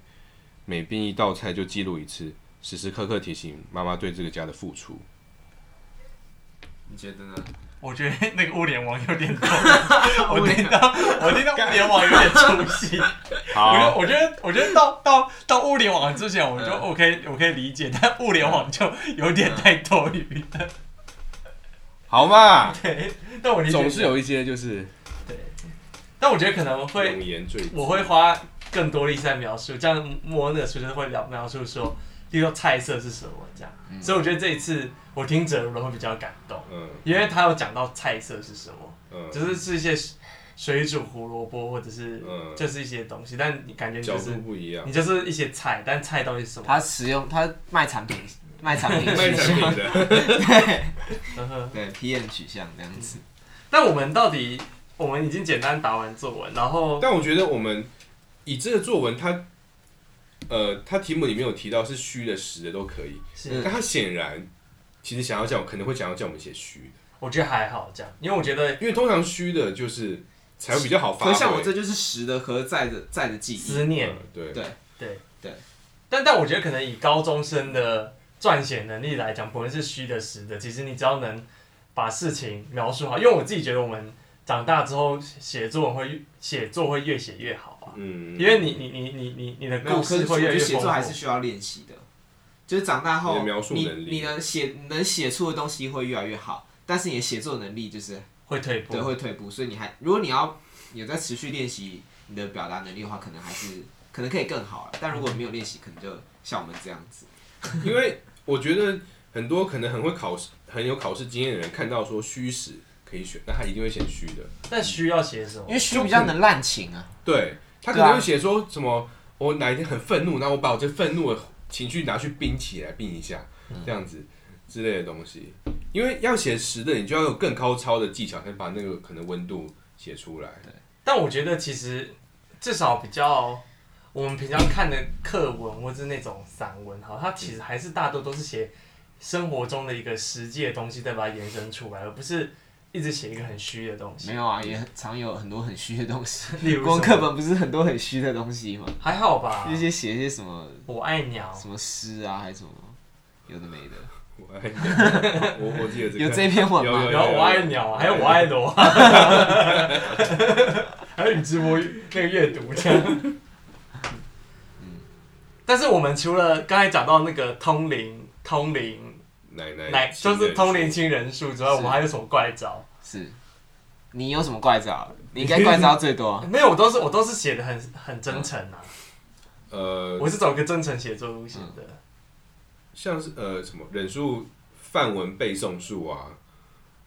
[SPEAKER 2] 每变一道菜就记录一次，时时刻刻提醒妈妈对这个家的付出。
[SPEAKER 3] 你觉得呢？
[SPEAKER 1] 我觉得那个物联网有点重，我听到我听到物联网有点出戏。我觉得，我觉得我觉得到到到物联网之前，我就
[SPEAKER 3] 嗯
[SPEAKER 1] OK 我可以理解，但物联网就有点太多余的。
[SPEAKER 2] 好 嘛，
[SPEAKER 1] 对，但我理解
[SPEAKER 2] 总是有一些就是
[SPEAKER 1] 对，但我觉得可能会
[SPEAKER 2] 永言坠地
[SPEAKER 1] 我会花更多力气在描述，这样摸那个书就是会描描述说，例如说菜色是什么这样。所以我觉得这一次我听哲如的会比较感动，
[SPEAKER 2] 嗯
[SPEAKER 1] 因为他有讲到菜色是什么，
[SPEAKER 2] 嗯，
[SPEAKER 1] 就是是一些水煮胡萝卜或者是
[SPEAKER 2] 嗯
[SPEAKER 1] 就是一些东西，但你感觉就
[SPEAKER 2] 角
[SPEAKER 1] 是
[SPEAKER 2] 度不一样
[SPEAKER 1] 你，就是一些菜，但菜到底是什么？
[SPEAKER 3] 他使用他卖产品， 卖产品
[SPEAKER 2] 卖
[SPEAKER 3] 取
[SPEAKER 2] 产品
[SPEAKER 3] 向，
[SPEAKER 2] 的
[SPEAKER 1] 呵呵
[SPEAKER 3] 对 PM 取向这样子。
[SPEAKER 1] 但嗯我们到底我们已经简单答完作文，然后
[SPEAKER 2] 但我觉得我们以这个作文，它呃，它题目里面有提到是虚的、实的都可以，
[SPEAKER 1] 是
[SPEAKER 2] 但它显然其实想要叫我可能会想要叫我们写虚的，
[SPEAKER 1] 我觉得还好这样，因为我觉得
[SPEAKER 2] 因为通常虚的就是才会比较好发
[SPEAKER 3] 可
[SPEAKER 2] 挥。
[SPEAKER 3] 是像我这就是实的和在的在的记忆，
[SPEAKER 1] 思念
[SPEAKER 2] 嗯对
[SPEAKER 3] 对
[SPEAKER 1] 对
[SPEAKER 3] 对，
[SPEAKER 1] 但但我觉得可能以高中生的撰写能力来讲，不论是虚的实的，其实你只要能把事情描述好，因为我自己觉得我们长大之后写作文会写作会越写越好啊，
[SPEAKER 2] 嗯，
[SPEAKER 1] 因为你你你你你你的
[SPEAKER 3] 没有，
[SPEAKER 1] 故
[SPEAKER 3] 可
[SPEAKER 1] 事
[SPEAKER 3] 是我
[SPEAKER 1] 会
[SPEAKER 3] 觉
[SPEAKER 1] 越来
[SPEAKER 3] 得
[SPEAKER 1] 越
[SPEAKER 3] 写
[SPEAKER 1] 丰
[SPEAKER 3] 作还是
[SPEAKER 1] 富。
[SPEAKER 3] 需要练习的，就是长大后
[SPEAKER 2] 你的描述
[SPEAKER 3] 你
[SPEAKER 2] 能力
[SPEAKER 3] 你能写能写出的东西会越来越好，但是你的写作能力就是
[SPEAKER 1] 会退步
[SPEAKER 3] 对，会退步，所以你还如果你要有在持续练习你的表达能力的话，可能还是可能可以更好了，啊但如果没有练习，可能就像我们这样子，
[SPEAKER 2] 因为我觉得很多可能很会考试、很有考试经验的人，看到说虚实，可以选，那他一定会选虚的。
[SPEAKER 1] 但需要写什么
[SPEAKER 3] 因？为虚比较能滥情啊，
[SPEAKER 2] 对他可
[SPEAKER 3] 对
[SPEAKER 2] 能
[SPEAKER 3] 啊
[SPEAKER 2] 会写说什么，我哪一天很愤怒，那我把我这愤怒的情绪拿去冰起来，冰一下，这样子之类的东西。因为要写实的，你就要有更高超的技巧，才把那个可能温度写出来。
[SPEAKER 1] 但我觉得其实至少比较我们平常看的课文或是那种散文，哈，它其实还是大多都是写生活中的一个实际的东西，再把它延伸出来，而不是一直写一个很虚的东
[SPEAKER 3] 没
[SPEAKER 1] 西。
[SPEAKER 3] 有啊，也很常有很多很虚的东 西。
[SPEAKER 1] 例如什
[SPEAKER 3] 光
[SPEAKER 1] 么
[SPEAKER 3] 课本不是很多很虚的东西吗？
[SPEAKER 1] 还好吧
[SPEAKER 3] 那，些写一些什么
[SPEAKER 1] 我爱鸟，
[SPEAKER 3] 什么诗啊，还是什么有的没的。
[SPEAKER 2] 我爱你 我我记得这个
[SPEAKER 3] 有这篇文
[SPEAKER 2] 有
[SPEAKER 3] 吗
[SPEAKER 2] 有有
[SPEAKER 1] 然后
[SPEAKER 2] 有
[SPEAKER 1] 我爱鸟，还有我爱 罗，还有你直播那个阅读这样。
[SPEAKER 2] 嗯
[SPEAKER 1] 但是我们除了刚才讲到那个通灵、通灵、
[SPEAKER 2] 奶奶
[SPEAKER 1] 奶，
[SPEAKER 2] 亲
[SPEAKER 1] 就
[SPEAKER 2] 人
[SPEAKER 1] 是通灵亲人术之外，
[SPEAKER 3] 是
[SPEAKER 1] 我们还有什么怪招？
[SPEAKER 3] 是，你有什么怪招？你应该怪招最多啊。
[SPEAKER 1] 没有，我都是我都是写的很很真诚啊，
[SPEAKER 2] 呃，
[SPEAKER 1] 我是走一个真诚写作路线的。
[SPEAKER 2] 像是呃什么忍术范文背诵术啊，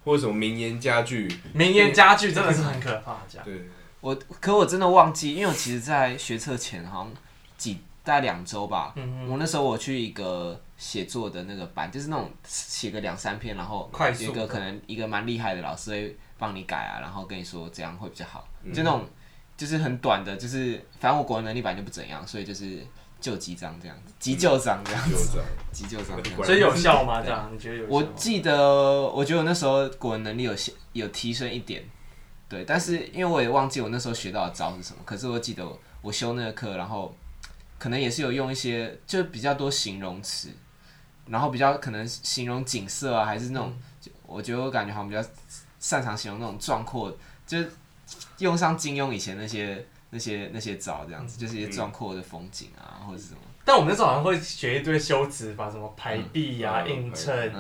[SPEAKER 2] 或者什么名言佳句，
[SPEAKER 1] 名言佳句真的是很可怕，这样。
[SPEAKER 2] 对，
[SPEAKER 3] 我 可我真的忘记，因为我其实，在学测前好像几大概两周吧，
[SPEAKER 1] 嗯
[SPEAKER 3] 我那时候我去一个写作的那个班，就是那种写个两三篇，然后
[SPEAKER 1] 快速
[SPEAKER 3] 有一
[SPEAKER 1] 的
[SPEAKER 3] 个可能一个蛮厉害的老师会帮你改啊，然后跟你说怎样会比较好，
[SPEAKER 1] 嗯
[SPEAKER 3] 就那种就是很短的，就是反正我国文能力本来就不怎样，所以就是就几章这样子，
[SPEAKER 1] 嗯
[SPEAKER 3] 急救章这样，
[SPEAKER 2] 就这样。
[SPEAKER 3] 急救章这样。
[SPEAKER 2] 果然
[SPEAKER 1] 所以有效吗？这样你觉得有效
[SPEAKER 3] 我
[SPEAKER 1] 吗？
[SPEAKER 3] 记得，我觉得我那时候国文能力有些有提升一点，对，但是因为我也忘记我那时候学到的招是什么，可是我记得我我修那个课，然后可能也是有用一些就比较多形容词，然后比较可能形容景色啊，还是那种，就我觉得我感觉好像比较擅长形容那种壮阔，就是用上金庸以前那些那些那些招，这样子，就是一些壮阔的风景啊，或者是什么。
[SPEAKER 1] 但我们那时候好像会学一堆修辞法，什么排比呀、
[SPEAKER 2] 嗯
[SPEAKER 1] 映衬，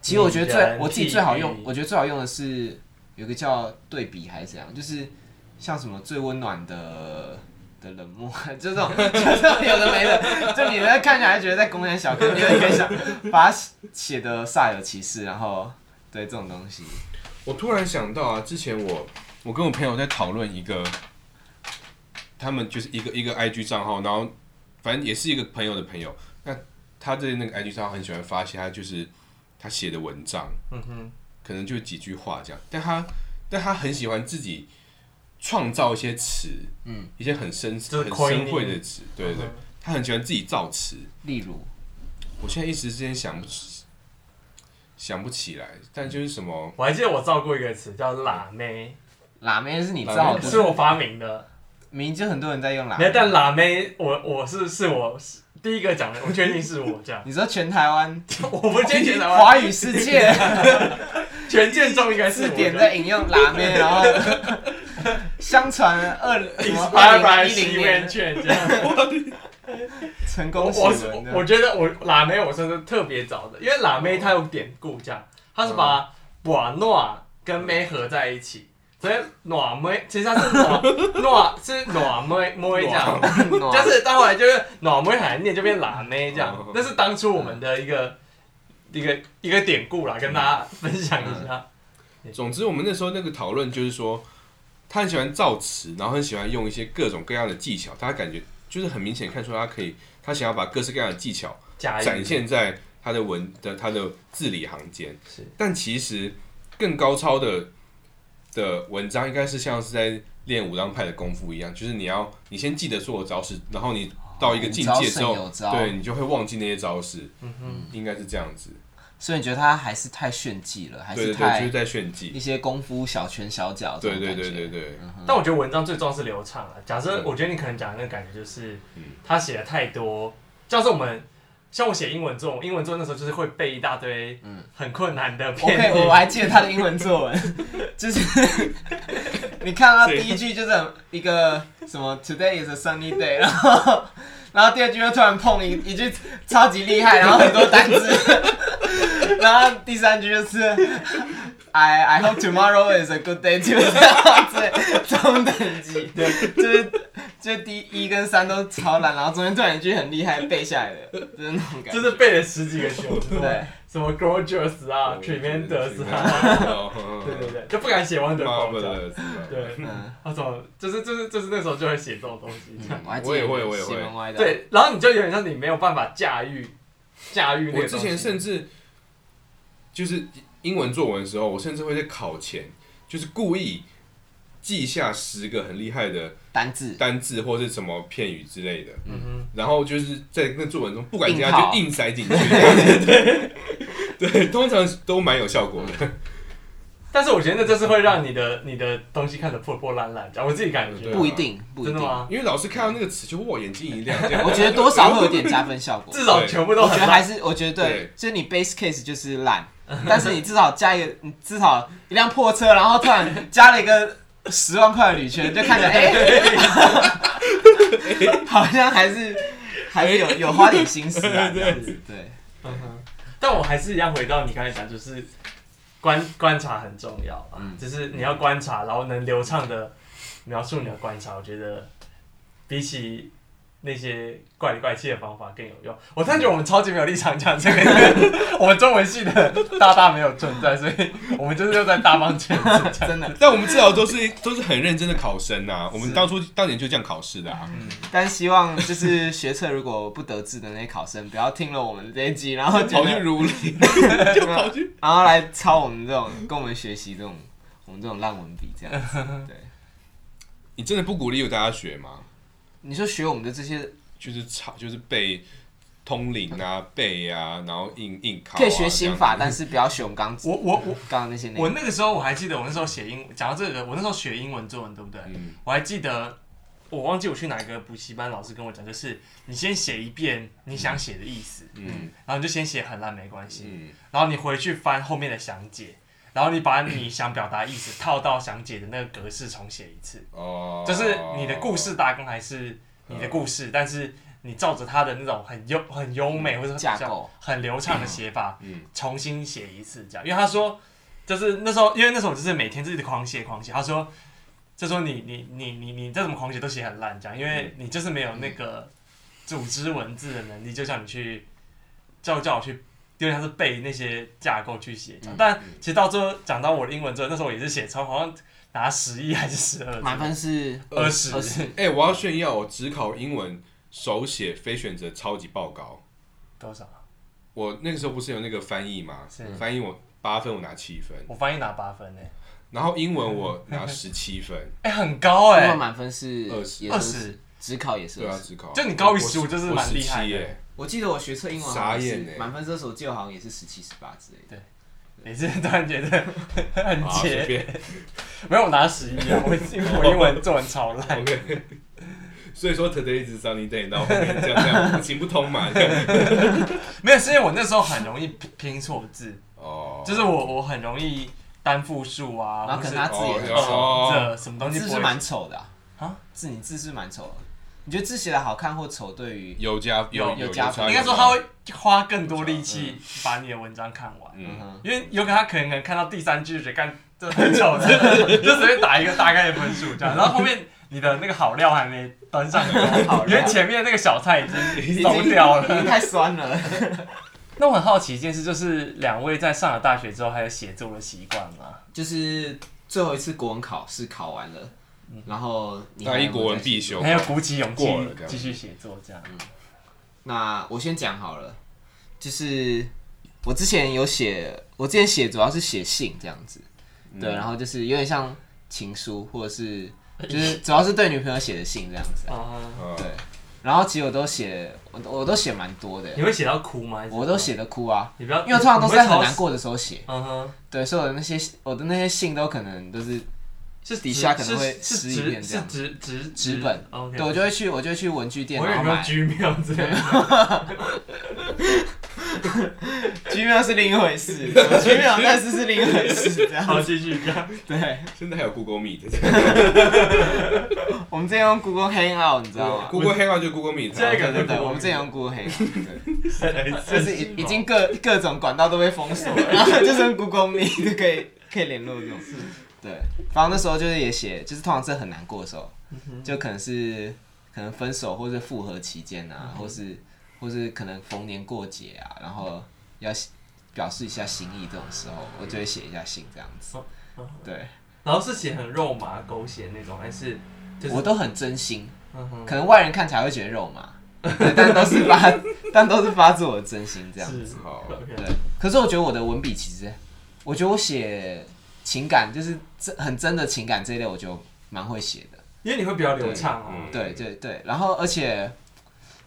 [SPEAKER 3] 其实我觉得
[SPEAKER 1] 拟人
[SPEAKER 3] 最我自己最好用
[SPEAKER 1] 譬喻，
[SPEAKER 3] 我觉得最好用的是有个叫对比还是怎样，就是像什么最温暖的的冷漠， 就这种就这种有的没的，就你在看起来觉得在公园小哥，你也可以想把它写的煞有其事，然后对这种东西，
[SPEAKER 2] 我突然想到啊，之前我我跟我朋友在讨论一个，他们就是一个一个 IG 账号，然后反正也是一个朋友的朋友，那他在那个 IG 账号很喜欢发一些他就是他写的文章，
[SPEAKER 1] 嗯哼，
[SPEAKER 2] 可能就几句话这样，但他但他很喜欢自己创造一些词，嗯，一些很深
[SPEAKER 1] 就是
[SPEAKER 2] 很
[SPEAKER 1] coining 嗯
[SPEAKER 2] 深晦的词，对对对，他很喜欢自己造词，
[SPEAKER 3] 例如
[SPEAKER 2] 我现在一时之间想不起想不起来，但就是什么。
[SPEAKER 1] 我还记得我造过一个词叫“辣妹
[SPEAKER 3] 辣妹是你
[SPEAKER 2] 辣
[SPEAKER 3] 造
[SPEAKER 2] 妹”，
[SPEAKER 1] 是
[SPEAKER 3] 的，
[SPEAKER 1] 我发明的。
[SPEAKER 3] 明明就很多人在用辣
[SPEAKER 1] 没有，
[SPEAKER 3] 嗯妹，。
[SPEAKER 1] 但辣妹，我我是是我是第一个讲的，我确定是我这样
[SPEAKER 3] 你说全台湾
[SPEAKER 1] 我不坚决台湾
[SPEAKER 3] 华语世 界
[SPEAKER 1] 全建中应该是
[SPEAKER 3] 字
[SPEAKER 1] 我
[SPEAKER 3] 典在引用辣妹，然后 相传二什么
[SPEAKER 1] inspired
[SPEAKER 3] 二
[SPEAKER 1] by
[SPEAKER 3] 零一
[SPEAKER 1] 西
[SPEAKER 3] 零
[SPEAKER 1] 元
[SPEAKER 3] 年。
[SPEAKER 1] 券这样。
[SPEAKER 3] 成
[SPEAKER 1] 我
[SPEAKER 3] 功写
[SPEAKER 1] 我是
[SPEAKER 3] 文
[SPEAKER 1] 我
[SPEAKER 3] 的。
[SPEAKER 1] 觉得我辣妹我算是特别早的，因为辣妹她有典故这样，她是
[SPEAKER 3] 嗯
[SPEAKER 1] 把瓦诺啊跟妹合在一起。所以暖妹其实它是暖暖是暖妹妹这样， 就是到后来就是暖妹喊念就变辣妹这样
[SPEAKER 3] 嗯
[SPEAKER 2] 哦，
[SPEAKER 1] 那是当初我们的一个一个一个典故啦，跟大家分享一
[SPEAKER 3] 嗯
[SPEAKER 1] 下。
[SPEAKER 2] 总之，我们那时候那个讨论就是说，他很喜欢造词，然后很喜欢用一些各种各样的技巧。他感觉就是很明显看出他可以，他想要把各式各样的技巧
[SPEAKER 1] 加
[SPEAKER 2] 展现在他的文的他的字里行间
[SPEAKER 1] 是。
[SPEAKER 2] 但其实更高超的的文章应该是像是在练武当派的功夫一样，就是你要你先记得所有招式，然后你到一个境界之
[SPEAKER 3] 无招胜有
[SPEAKER 2] 后，
[SPEAKER 3] 招
[SPEAKER 2] 对你就会忘记那些招式。
[SPEAKER 1] 嗯哼，
[SPEAKER 2] 应该是这样子，
[SPEAKER 3] 所以你觉得他还是太炫技了，还
[SPEAKER 2] 对
[SPEAKER 3] 是
[SPEAKER 2] 对对，就是
[SPEAKER 3] 太
[SPEAKER 2] 在炫技
[SPEAKER 3] 一。些功夫小拳小脚这
[SPEAKER 2] 对
[SPEAKER 3] 种
[SPEAKER 2] 对
[SPEAKER 3] 感觉？
[SPEAKER 2] 对对对，
[SPEAKER 3] 嗯
[SPEAKER 1] 但我觉得文章最重要是流畅啊。假设我觉得你可能讲的那个感觉就是，
[SPEAKER 3] 嗯
[SPEAKER 1] 他写的太多，像是我们像我写英文作文，英文作文那时候就是会背一大堆很困难的片
[SPEAKER 3] 嗯 OK，
[SPEAKER 1] 语
[SPEAKER 3] 我，还记得他的英文作文， 就是 你看到第一句就是很一个什么 Today is a sunny day，然后然后第二句又突然碰一一句超级厉害，然后很多单词，然后第三句就是 I I hope tomorrow is a good day too，这样子中等级，就是就第一跟三都超烂，然后中间断一句很厉害背下来的，就是那种感
[SPEAKER 4] 就
[SPEAKER 3] 觉。
[SPEAKER 4] 是背了十几个球，就是
[SPEAKER 3] 对，
[SPEAKER 4] 什么 gorgeous 啊，tremendous 啊， 对 对对，就不敢写 wonderful 这样。
[SPEAKER 2] 对，
[SPEAKER 4] 对，
[SPEAKER 3] 嗯，
[SPEAKER 1] 啊
[SPEAKER 4] 那种就是就是就是那时候就会写这种东西，这样
[SPEAKER 3] 我还记
[SPEAKER 2] 我也
[SPEAKER 3] 得
[SPEAKER 2] 会我也会
[SPEAKER 3] 邪门歪的。，
[SPEAKER 4] 对，然后你就有点像你没有办法驾驭驾驭那
[SPEAKER 2] 我
[SPEAKER 4] 个
[SPEAKER 2] 之
[SPEAKER 4] 东
[SPEAKER 2] 前
[SPEAKER 4] 西。
[SPEAKER 2] 甚至就是英文作文的时候，我甚至会在考前就是故意记下十个很厉害的
[SPEAKER 3] 单字，
[SPEAKER 2] 单字或是什么片语之类的，
[SPEAKER 4] 嗯哼，
[SPEAKER 2] 然后就是在那作文中不管怎
[SPEAKER 3] 硬套
[SPEAKER 2] 样就硬塞进去。对对对，通常都蛮有效果 的。
[SPEAKER 4] 但是我觉得那就是会让你的你的东西看得破破烂烂，这样我自己感觉
[SPEAKER 2] 对啊
[SPEAKER 3] 不一定，不一
[SPEAKER 4] 真的
[SPEAKER 3] 定。
[SPEAKER 4] 吗？
[SPEAKER 2] 因为老师看到那个词就哇眼睛一亮，这样
[SPEAKER 3] 我觉得多少会有点加分 效果。
[SPEAKER 4] 至少全部都
[SPEAKER 3] 我觉
[SPEAKER 4] 很
[SPEAKER 3] 得
[SPEAKER 4] 烂
[SPEAKER 3] 还是，我觉得对
[SPEAKER 2] 对，
[SPEAKER 3] 就是你 base case 就是 烂，但是你至少加一个，你至少一辆破车，然后突然加了一个十万块的铝圈，就看 着哎，好像还是还是有
[SPEAKER 2] 哎
[SPEAKER 3] 有花点心 思啊，这样子对。
[SPEAKER 4] 嗯哼，但我还是一样回到你刚才讲，就是观观察很重要啊，
[SPEAKER 3] 嗯
[SPEAKER 4] 就是你要观察，然后能流畅的描述你的观察，我觉得比起那些怪里怪气的方法更有用。我真的觉得我们超级没有立场讲这个，因 为我们中文系的大大没有存在，所以我们就是又在大方前 进。
[SPEAKER 3] 真的，
[SPEAKER 2] 但我们至少都是都是很认真的考生呐、我们当初当年就这样考试的啊。
[SPEAKER 3] 但希望就是学测如果不得志的那些考生，不要听了我们这一集，然后 觉
[SPEAKER 2] 跑去
[SPEAKER 3] 得
[SPEAKER 2] 如 林，就跑去。
[SPEAKER 3] 然后来抄我们这种跟我们学习这种我们这种烂文笔这样子。对，
[SPEAKER 2] 你真的不鼓励有大家学吗？
[SPEAKER 3] 你说学我们的这些
[SPEAKER 2] 就是抄，就是背通灵啊，背啊，然后硬硬考、啊。
[SPEAKER 3] 嗯可以学心
[SPEAKER 2] 这
[SPEAKER 3] 法，
[SPEAKER 2] 样
[SPEAKER 3] 但
[SPEAKER 2] 子
[SPEAKER 3] 是不要学我们刚
[SPEAKER 1] 我我我
[SPEAKER 3] 刚刚那些内
[SPEAKER 1] 我
[SPEAKER 3] 容。
[SPEAKER 1] 那个时候我还记得，我那时候写英讲到这个，我那时候学英文作文，对不对？
[SPEAKER 2] 嗯
[SPEAKER 1] 我还记得，我忘记我去哪一个补习班，老师跟我讲，就是你先写一遍你想写的意思，
[SPEAKER 2] 嗯
[SPEAKER 1] 然后你就先写很烂没关系，
[SPEAKER 2] 嗯，
[SPEAKER 1] 然后你回去翻后面的详解，然后你把你想表达意思套到详解的那个格式重写一次，
[SPEAKER 2] 哦，
[SPEAKER 1] 就是你的故事大纲还是你的故事，但是你照着它的那种很优很优美或者
[SPEAKER 3] 架构
[SPEAKER 1] 很流畅的写法
[SPEAKER 2] 嗯，
[SPEAKER 1] 重新写一次这样，因为他说就是那时候，因为那时候我就是每天就是狂写狂写，他说就说你你你你你再怎么狂写都写很烂这样，因为
[SPEAKER 2] 嗯
[SPEAKER 1] 你就是没有那个组织文字的能力，就像你去叫叫我去。有点像是背那些架构去写这样，
[SPEAKER 2] 嗯
[SPEAKER 1] 但其实到最后讲到我的英文之后，那时候我也是写超好像拿十一还是十二，
[SPEAKER 3] 满分是
[SPEAKER 1] 二十
[SPEAKER 3] 二十，
[SPEAKER 2] 哎、我要炫耀，我只考英文手写非选择超级报告。
[SPEAKER 1] 多少？
[SPEAKER 2] 我那个时候不是有那个翻译吗？
[SPEAKER 1] 是
[SPEAKER 2] 翻译我八分，我拿七分，
[SPEAKER 1] 我翻译拿八分呢、
[SPEAKER 2] 然后英文我拿十七 分，
[SPEAKER 1] 哎、很高
[SPEAKER 3] 如
[SPEAKER 1] 哎、
[SPEAKER 3] 果满分是
[SPEAKER 2] 二十
[SPEAKER 3] 也是
[SPEAKER 1] 二，十，
[SPEAKER 3] 只考也是
[SPEAKER 2] 对
[SPEAKER 3] 二
[SPEAKER 2] 啊，
[SPEAKER 3] 十。
[SPEAKER 2] 只考。
[SPEAKER 1] 就你高于
[SPEAKER 2] 我
[SPEAKER 1] 15就是蛮厉害的
[SPEAKER 2] 我17耶。
[SPEAKER 3] 我记得我学测英文好像
[SPEAKER 2] 傻眼
[SPEAKER 3] 是
[SPEAKER 2] 欸
[SPEAKER 3] 满分这首记得好像也是十七十八之类的。
[SPEAKER 1] 每次突然觉得 很
[SPEAKER 2] 啊，随
[SPEAKER 1] 切，
[SPEAKER 2] 便。
[SPEAKER 1] 没有我拿十一啊，我因为我英文作文超烂，
[SPEAKER 2] OK。所以说 today is sunny day，然后后面这样这样行不 通嘛。这样
[SPEAKER 1] 没有是因为我那时候很容易拼拼错字，
[SPEAKER 2] 哦，
[SPEAKER 1] 就是我我很容易单复数啊，
[SPEAKER 3] 然后
[SPEAKER 1] 或
[SPEAKER 3] 可
[SPEAKER 1] 是
[SPEAKER 3] 能他字也很丑，
[SPEAKER 2] 哦，
[SPEAKER 1] 这什么东西
[SPEAKER 3] 字
[SPEAKER 1] 不
[SPEAKER 3] 是
[SPEAKER 1] 会
[SPEAKER 3] 蛮丑的
[SPEAKER 1] 啊。
[SPEAKER 3] 字你字是蛮丑的，你觉得字写的好看或丑对于
[SPEAKER 2] 有加
[SPEAKER 1] 有
[SPEAKER 2] 有
[SPEAKER 3] 有加
[SPEAKER 2] 差
[SPEAKER 3] 分
[SPEAKER 1] 应该说他会花更多力气把你的文章看完，
[SPEAKER 2] 嗯
[SPEAKER 3] 嗯 哼
[SPEAKER 1] 因为有可能他可能看到第三句就觉得干这很丑的， 就随便打一个大概的分数这样，然后后面你的那个好料还没端上来，
[SPEAKER 3] 好
[SPEAKER 1] 因为
[SPEAKER 3] 烂，
[SPEAKER 1] 前面那个小菜已
[SPEAKER 3] 已
[SPEAKER 1] 经
[SPEAKER 3] 经
[SPEAKER 1] 走掉
[SPEAKER 3] 已经
[SPEAKER 1] 了。
[SPEAKER 3] 太酸了。
[SPEAKER 1] 那我很好奇一件事，就是两位在上了大学之后还有写作的习惯吗？
[SPEAKER 3] 就是最后一次国文考试考完了，然后你还
[SPEAKER 2] 大
[SPEAKER 3] 有没
[SPEAKER 2] 一
[SPEAKER 3] 有
[SPEAKER 2] 国文
[SPEAKER 3] 在
[SPEAKER 2] 必修
[SPEAKER 1] 还，有鼓起勇气
[SPEAKER 2] 过了这样
[SPEAKER 1] 继续写作这样？
[SPEAKER 3] 那我先讲好了，就是我之前有写，我之前写主要是写信这样子，
[SPEAKER 1] 嗯
[SPEAKER 2] 嗯
[SPEAKER 3] 对，然后就是有点像情书，或者是 就是主要是对女朋友写的信这样子啊、
[SPEAKER 1] 啊，
[SPEAKER 2] 嗯
[SPEAKER 3] 对，然后其实我都写，我我都写蛮多的，
[SPEAKER 1] 你会写到哭吗？还是
[SPEAKER 3] 我都，写的哭啊，
[SPEAKER 1] 你不要，
[SPEAKER 3] 因为我通常都是在很
[SPEAKER 1] 你会
[SPEAKER 3] 难
[SPEAKER 1] 超。
[SPEAKER 3] 过的时候写，
[SPEAKER 1] 嗯哼，
[SPEAKER 3] 对，所以我的那些我的那些信都可能都是
[SPEAKER 1] 是
[SPEAKER 3] 底下可能会
[SPEAKER 1] 是是
[SPEAKER 3] 撕一
[SPEAKER 1] 纸
[SPEAKER 3] 遍这
[SPEAKER 1] 是
[SPEAKER 3] 样
[SPEAKER 1] 纸纸
[SPEAKER 3] 纸本，
[SPEAKER 1] OK，
[SPEAKER 3] 对我就会去我就会去文具店，
[SPEAKER 1] 我有
[SPEAKER 3] 然后
[SPEAKER 1] 没有
[SPEAKER 3] 买
[SPEAKER 1] 居庙之类的？
[SPEAKER 3] g m 是另一 回事 g m 但是是另一回事，这
[SPEAKER 1] 好，
[SPEAKER 3] 样
[SPEAKER 1] 继续这 样。
[SPEAKER 3] 对。
[SPEAKER 2] 现在还有 Google Meet，
[SPEAKER 3] 我们之前用 Google Hangout，你知道吗？
[SPEAKER 2] Google Hangout 就 Google Meet，啊
[SPEAKER 1] 这个
[SPEAKER 3] 对对对，
[SPEAKER 1] Google
[SPEAKER 3] 我们之前用 Google Hangout，
[SPEAKER 1] 就
[SPEAKER 3] 就是已已经 各各种管道都被封锁了，然后就是用 Google Meet 就可以可以联络这种。对，反正那时候就是也写，就是通常是很难过的时候，就可能是可能分手或是复合期间啊，或是或是可能逢年过节啊，然后要表示一下心意这种时候，我就会写一下信这样子。对，
[SPEAKER 4] 然后是写很肉麻狗血那种，还是就是
[SPEAKER 3] 我都很真心，
[SPEAKER 4] 嗯哼
[SPEAKER 3] 可能外人看起来会觉得肉麻，对但都是发 但都是发自我的真心这样。
[SPEAKER 4] 是
[SPEAKER 2] 好
[SPEAKER 4] OK
[SPEAKER 3] 对，可是我觉得我的文笔其实，我觉得我写情感就是真很真的情感这一类，我就蛮会写的。
[SPEAKER 4] 因为你会比较流畅
[SPEAKER 1] 啊
[SPEAKER 4] 哦
[SPEAKER 2] 嗯。
[SPEAKER 3] 对对对，然后而且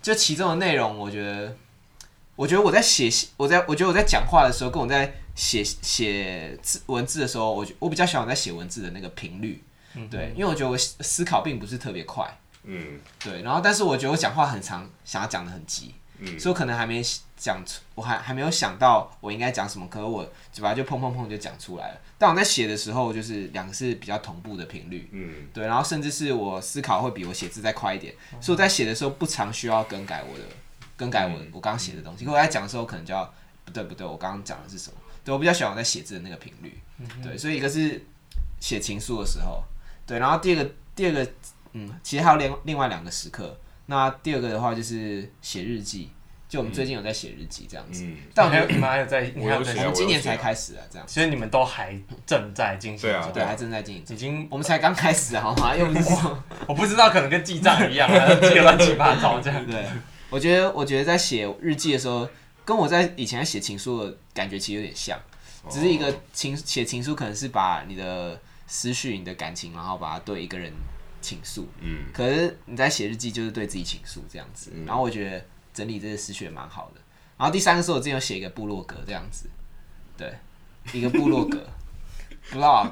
[SPEAKER 3] 就其中的内容，我觉得，我觉得我在写，我在我觉得我在讲话的时候，跟我在写写字文字的时候，我觉我比较喜欢我在写文字的那个频率。对，因为我觉得我思思考并不是特别快，
[SPEAKER 2] 嗯
[SPEAKER 3] 对，然后但是我觉得我讲话很长，想要讲的很急，
[SPEAKER 2] 嗯，
[SPEAKER 3] 所以我可能还没讲出，我还还没有想到我应该讲什么，可是我嘴巴就砰砰砰就讲出来了。但我在写的时候，就是两个是比较同步的频率，
[SPEAKER 2] 嗯
[SPEAKER 3] 对，然后甚至是我思考会比我写字再快一点，所以我在写的时候不常需要更改我的更改我我刚写的东西。可我在讲的时候，可能就要不对不对，我刚刚讲的是什么？对我比较喜欢我在写字的那个频率，对，所以一个是写情书的时候，对，然后第二个第二个嗯，其实还有另另外两个时刻。那第二个的话就是写日记，就我们最近有在写日记这样子，
[SPEAKER 2] 嗯，
[SPEAKER 3] 但我
[SPEAKER 1] 你还有 你
[SPEAKER 3] 觉得
[SPEAKER 1] 们还有在，你哎还有
[SPEAKER 2] 我有
[SPEAKER 1] 在
[SPEAKER 2] 写啊
[SPEAKER 3] 我
[SPEAKER 1] 写
[SPEAKER 3] 们
[SPEAKER 2] 我，
[SPEAKER 3] 今年
[SPEAKER 2] 有写啊
[SPEAKER 3] 才开始啊，这样
[SPEAKER 1] 所以你们都还正在进行
[SPEAKER 2] 对啊
[SPEAKER 1] 中
[SPEAKER 3] 对，还正在进行中，
[SPEAKER 1] 已经
[SPEAKER 3] 我们才刚开始啊好吗？又不是说。
[SPEAKER 1] 我不知道，可能跟记账一样，然后记得乱七八糟这样。
[SPEAKER 3] 对，我觉得我觉得在写日记的时候，跟我在以前在写情书的感觉其实有点像，只是一
[SPEAKER 1] 哦
[SPEAKER 3] 个情写情书可能是把你的思绪、你的感情，然后把它对一个人倾诉。
[SPEAKER 2] 嗯
[SPEAKER 3] 可是你在写日记就是对自己倾诉这样子，
[SPEAKER 1] 嗯
[SPEAKER 3] 然后我觉得整理这些思绪也蛮好的。然后第三个是我之前有写一个部落格这样子，对，一个部落格 vlog，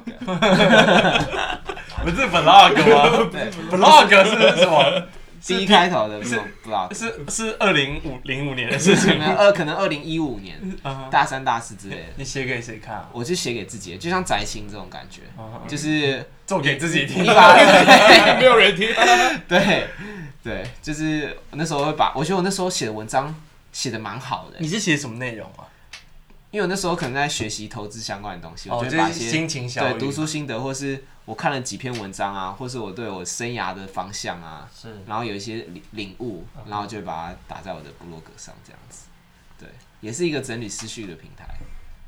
[SPEAKER 1] 不是 vlog 吗？vlog 是什么？
[SPEAKER 3] 第一开头的 vlog，
[SPEAKER 1] 是是二零五零五年的事
[SPEAKER 3] 可
[SPEAKER 1] 情。
[SPEAKER 3] 能二可能二零一五
[SPEAKER 1] 嗯
[SPEAKER 3] 年大三大四之类的。
[SPEAKER 1] 你写给谁看啊？
[SPEAKER 3] 我就写给自己，就像宅心这种感觉，
[SPEAKER 1] 嗯
[SPEAKER 3] 就是
[SPEAKER 1] 做给自己听
[SPEAKER 3] 你。把
[SPEAKER 2] 没有人听，
[SPEAKER 3] 对对，就是那时候会把，我觉得我那时候写的文章写的蛮好的，
[SPEAKER 1] 你是写什么内容啊？
[SPEAKER 3] 因为我那时候可能在学习投资相关的东西，
[SPEAKER 1] 哦
[SPEAKER 3] 我就会把一
[SPEAKER 1] 就是
[SPEAKER 3] 些
[SPEAKER 1] 心情小
[SPEAKER 3] 对
[SPEAKER 1] 语
[SPEAKER 3] 读书心得，或是我看了几篇文章啊，或是我对我生涯的方向啊，
[SPEAKER 1] 是
[SPEAKER 3] 然后有一些领领悟，然后就会把它打在我的部落格上，这样子，对，也是一个整理思绪的平台。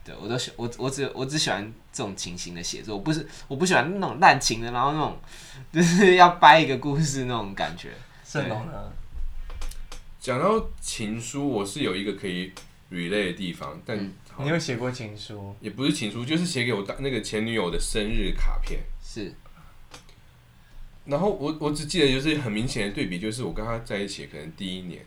[SPEAKER 3] 对我都喜我我只我只喜欢这种情形的写作，我不是我不喜欢那种滥情的，然后那种 就是要掰一个故事那种感觉。
[SPEAKER 1] 盛龙呢？
[SPEAKER 2] 讲到情书，我是有一个可以 relay 的地方，但
[SPEAKER 3] 嗯
[SPEAKER 2] 好
[SPEAKER 1] 你有写过情书？
[SPEAKER 2] 也不是情书，就是写给我大那个前女友的生日卡片。
[SPEAKER 3] 是
[SPEAKER 2] 然后我我只记得就是很明显的对比，就是我跟她在一起可能第一年，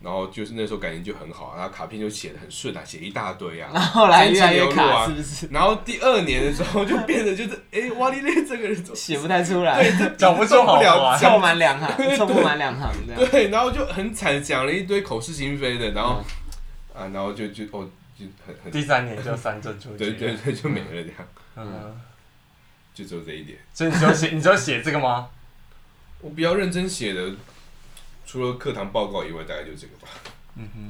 [SPEAKER 2] 然后就是那时候感情就很好，然后卡片就写的很顺啊，写一大堆啊，
[SPEAKER 3] 然后后来越来越
[SPEAKER 2] 真情流露
[SPEAKER 3] 卡，
[SPEAKER 2] 啊
[SPEAKER 3] 是不 是
[SPEAKER 2] 然后第二年的时候就变得就是，哎、哇哩嘞这个人怎么
[SPEAKER 3] 写不太出来？
[SPEAKER 1] 找不出好话。
[SPEAKER 3] 凑满两 行，凑不满两行这样。
[SPEAKER 2] 对，然后就很惨，讲了一堆口是心非的，然后、
[SPEAKER 3] 嗯
[SPEAKER 2] 啊，然后就就哦，就很很
[SPEAKER 1] 第三年就三针出去。
[SPEAKER 2] 对对。对，就没了这样，
[SPEAKER 1] 嗯。
[SPEAKER 2] 就只有这一点。
[SPEAKER 1] 所以你就写，你就写这个吗？
[SPEAKER 2] 我比较认真写的，除了课堂报告以外，大概就这个吧。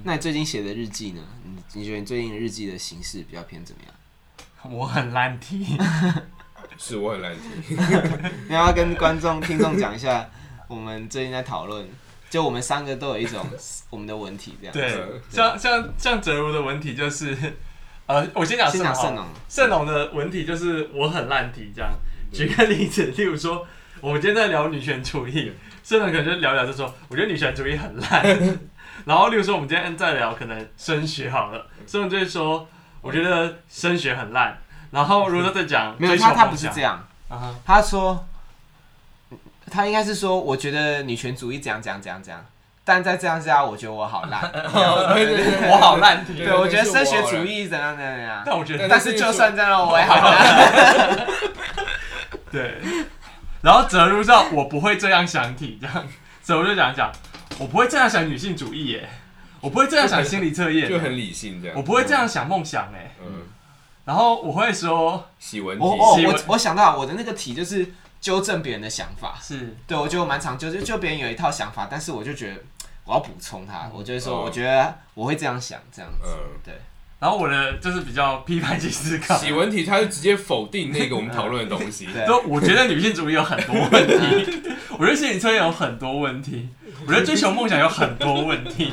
[SPEAKER 3] 那你最近写的日记呢？你你觉得你最近的日记的形式比较偏怎么样？
[SPEAKER 1] 我很烂题。
[SPEAKER 2] 是我很难听，
[SPEAKER 3] 你要跟观众、听众讲一下，我们最近在讨论，就我们三个都有一种我们的文体这样。，
[SPEAKER 1] 对，像像像哲如的文体就是，呃，我先讲
[SPEAKER 3] 先
[SPEAKER 1] 盛
[SPEAKER 3] 讲盛
[SPEAKER 1] 龙
[SPEAKER 3] 龙
[SPEAKER 1] 好了。，盛龙的文体就是我很烂题这样。举个例子，例如说，我们今天在聊女权主义，盛龙可能就聊聊就说，我觉得女权主义很烂。 然后，例如说，我们今天在聊可能升学好了，盛龙就会说，我觉得升学很烂。然后，如果再讲
[SPEAKER 3] 没有
[SPEAKER 1] 追求
[SPEAKER 3] 他，他
[SPEAKER 1] 梦
[SPEAKER 3] 不是
[SPEAKER 1] 想
[SPEAKER 3] 这样，
[SPEAKER 1] 啊哈，
[SPEAKER 3] 他说，他应该是说，我觉得女权主义怎样怎样怎样怎样，但在这样之下，我觉得我好烂。
[SPEAKER 2] 对对对
[SPEAKER 1] 我好烂题。
[SPEAKER 2] 对
[SPEAKER 3] 对，我觉得升学主义怎样怎样怎样，
[SPEAKER 1] 但我觉得
[SPEAKER 3] 但是就算这样，我也好烂。
[SPEAKER 1] 对，然后哲如道我不会这样想体，这样哲如就讲一讲，我不会这样想女性主义耶，我不会这样想心理测验，
[SPEAKER 2] 就很理性这样。
[SPEAKER 1] 我不会这样想梦想哎，
[SPEAKER 2] 嗯，
[SPEAKER 1] 然后我会说
[SPEAKER 2] 喜文体
[SPEAKER 3] 我哦我
[SPEAKER 1] 新闻
[SPEAKER 3] 我我想到我的那个题就是纠正别人的想法，
[SPEAKER 1] 是
[SPEAKER 3] 对，我觉得我蛮常就就就别人有一套想法，但是我就觉得我要补充他，我就会
[SPEAKER 1] 嗯
[SPEAKER 3] 说，
[SPEAKER 2] 哦
[SPEAKER 3] 我觉得我会这样想，这样子，
[SPEAKER 2] 嗯
[SPEAKER 3] 对，
[SPEAKER 1] 然后我的就是比较批判性思考，
[SPEAKER 2] 喜文
[SPEAKER 1] 嗯
[SPEAKER 2] 体，他就直接否定那个我们讨论的东西。
[SPEAKER 3] 对
[SPEAKER 1] 就我觉得女性主义有很多问题，我觉得心理测验有很多问题，我觉得追求梦想有很多问题。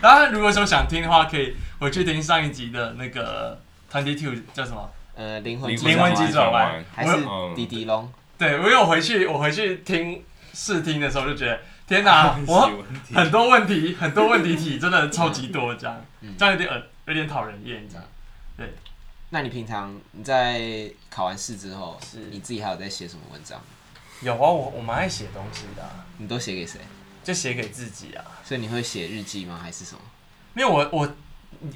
[SPEAKER 1] 大家如果说想听的话，可以回去听上一集的那个 Twenty Two 叫什么？
[SPEAKER 3] 呃，灵魂
[SPEAKER 2] 灵
[SPEAKER 3] 急
[SPEAKER 1] 灵魂
[SPEAKER 3] 转
[SPEAKER 1] 急
[SPEAKER 3] 弯
[SPEAKER 1] 转弯
[SPEAKER 3] 还
[SPEAKER 1] 我
[SPEAKER 3] 是
[SPEAKER 2] 嗯
[SPEAKER 3] 滴滴龙？
[SPEAKER 1] 对，我有回去，我回去听试听的时候就觉得，天 哪，我
[SPEAKER 2] 我
[SPEAKER 1] 很多问题，很多问题题真的超级多，这样这样有点呃有点讨人厌，这样。
[SPEAKER 3] 那你平常你在考完试之后
[SPEAKER 1] 是，
[SPEAKER 3] 你自己还有在写什么文章？
[SPEAKER 1] 有啊，我我蛮爱写东西的啊、
[SPEAKER 3] 你都写给谁？
[SPEAKER 1] 就写给自己啊。
[SPEAKER 3] 所以你会写日记吗？还是什么
[SPEAKER 1] 因为我我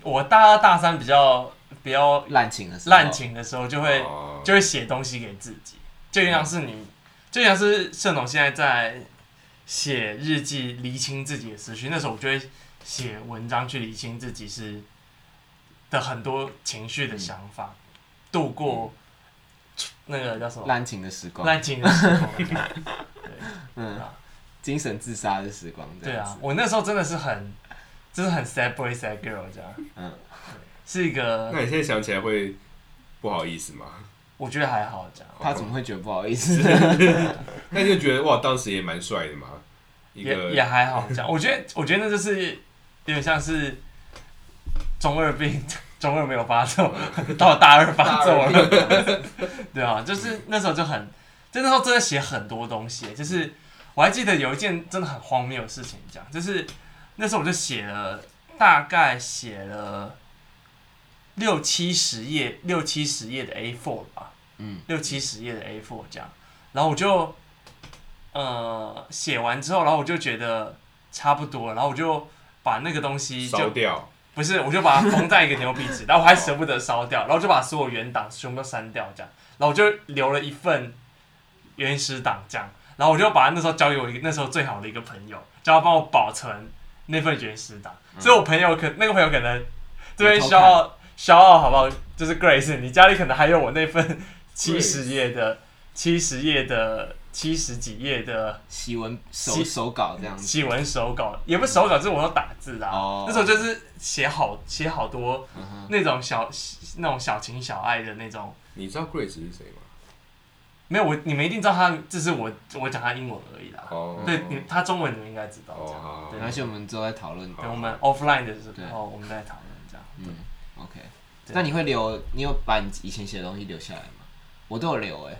[SPEAKER 1] 我大二大三比较比较
[SPEAKER 3] 滥情的时候？
[SPEAKER 1] 滥，情的时候，就会、
[SPEAKER 2] 哦
[SPEAKER 1] 就会写东西给自己，就像是你，就像是盛总现在在写日记厘清自己的思绪，那时候我就会写文章去厘清自己是的很多情绪的想法，度过、那个叫什么
[SPEAKER 3] 滥情的时
[SPEAKER 1] 嗯
[SPEAKER 3] 光，
[SPEAKER 1] 滥情的时候。啊
[SPEAKER 3] 嗯，精神自杀的时光，这
[SPEAKER 1] 对
[SPEAKER 3] 样
[SPEAKER 1] 啊
[SPEAKER 3] 子，，
[SPEAKER 1] 我那时候真的是很，就是很 sad boy sad girl 这样，
[SPEAKER 3] 嗯，
[SPEAKER 1] 是一个
[SPEAKER 2] 那你现在想起来会不好意思吗？哦
[SPEAKER 1] 我觉得还好这样。
[SPEAKER 3] 他怎么会觉得不好意思？
[SPEAKER 2] 那你就觉得哇，当时也蛮帅的嘛，一
[SPEAKER 1] 也
[SPEAKER 2] 个
[SPEAKER 1] 也还好这样。我觉得，我觉得那就是有点像是中二病，中二没有发作，到大二发作了。 对啊，就是那时候就很，就那时候真的写很多东西，就是我还记得有一件真的很荒谬的事情，这样，就是那时候我就写了大概写了六七十页，六七十页的 A4 吧，
[SPEAKER 3] 嗯，
[SPEAKER 1] 六七十页的 A4 这样，然后我就呃写完之后，然后我就觉得差不多了，然后我就把那个东西就
[SPEAKER 2] 烧掉，
[SPEAKER 1] 不是，我就把它封在一个牛皮纸， 然后我还舍不得烧掉，然后就把所有原档全部都删掉，这样，然后我就留了一份原始档，这样，然后我就把那时候交给我一个那时候最好的一个朋友，叫他帮我保存那份原始档，所以我朋友可那个朋友可能这边
[SPEAKER 3] 嗯偷看
[SPEAKER 1] 消耗消耗啊好不好？就是 Grace，你家里可能还有我那份七十页
[SPEAKER 3] 嗯
[SPEAKER 1] 的七十页的七十几页的
[SPEAKER 3] 喜文手
[SPEAKER 1] 喜
[SPEAKER 3] 手稿这样子，
[SPEAKER 1] 喜文手稿，也不是手稿，就是我要打字的、啊。
[SPEAKER 3] 嗯哦
[SPEAKER 1] 那时候就是写好写好多
[SPEAKER 3] 嗯哼
[SPEAKER 1] 那种小那种小情小爱的那种。
[SPEAKER 2] 你知道 Grace 是谁吗？
[SPEAKER 1] 没有我，你们一定知道他，这是我我讲他英文而已啦。
[SPEAKER 2] 哦
[SPEAKER 1] 对，你他中文你们应该知道。
[SPEAKER 2] 哦
[SPEAKER 1] 这样
[SPEAKER 2] 好
[SPEAKER 1] 对
[SPEAKER 3] 没关系，我们之后再讨论。
[SPEAKER 1] 对，我们 offline 的时
[SPEAKER 3] 对
[SPEAKER 1] 候哦我们再讨论这样。
[SPEAKER 3] 嗯，OK。
[SPEAKER 1] 对
[SPEAKER 3] 那你会留？你有把你以前写的东西留下来吗？我都有留哎、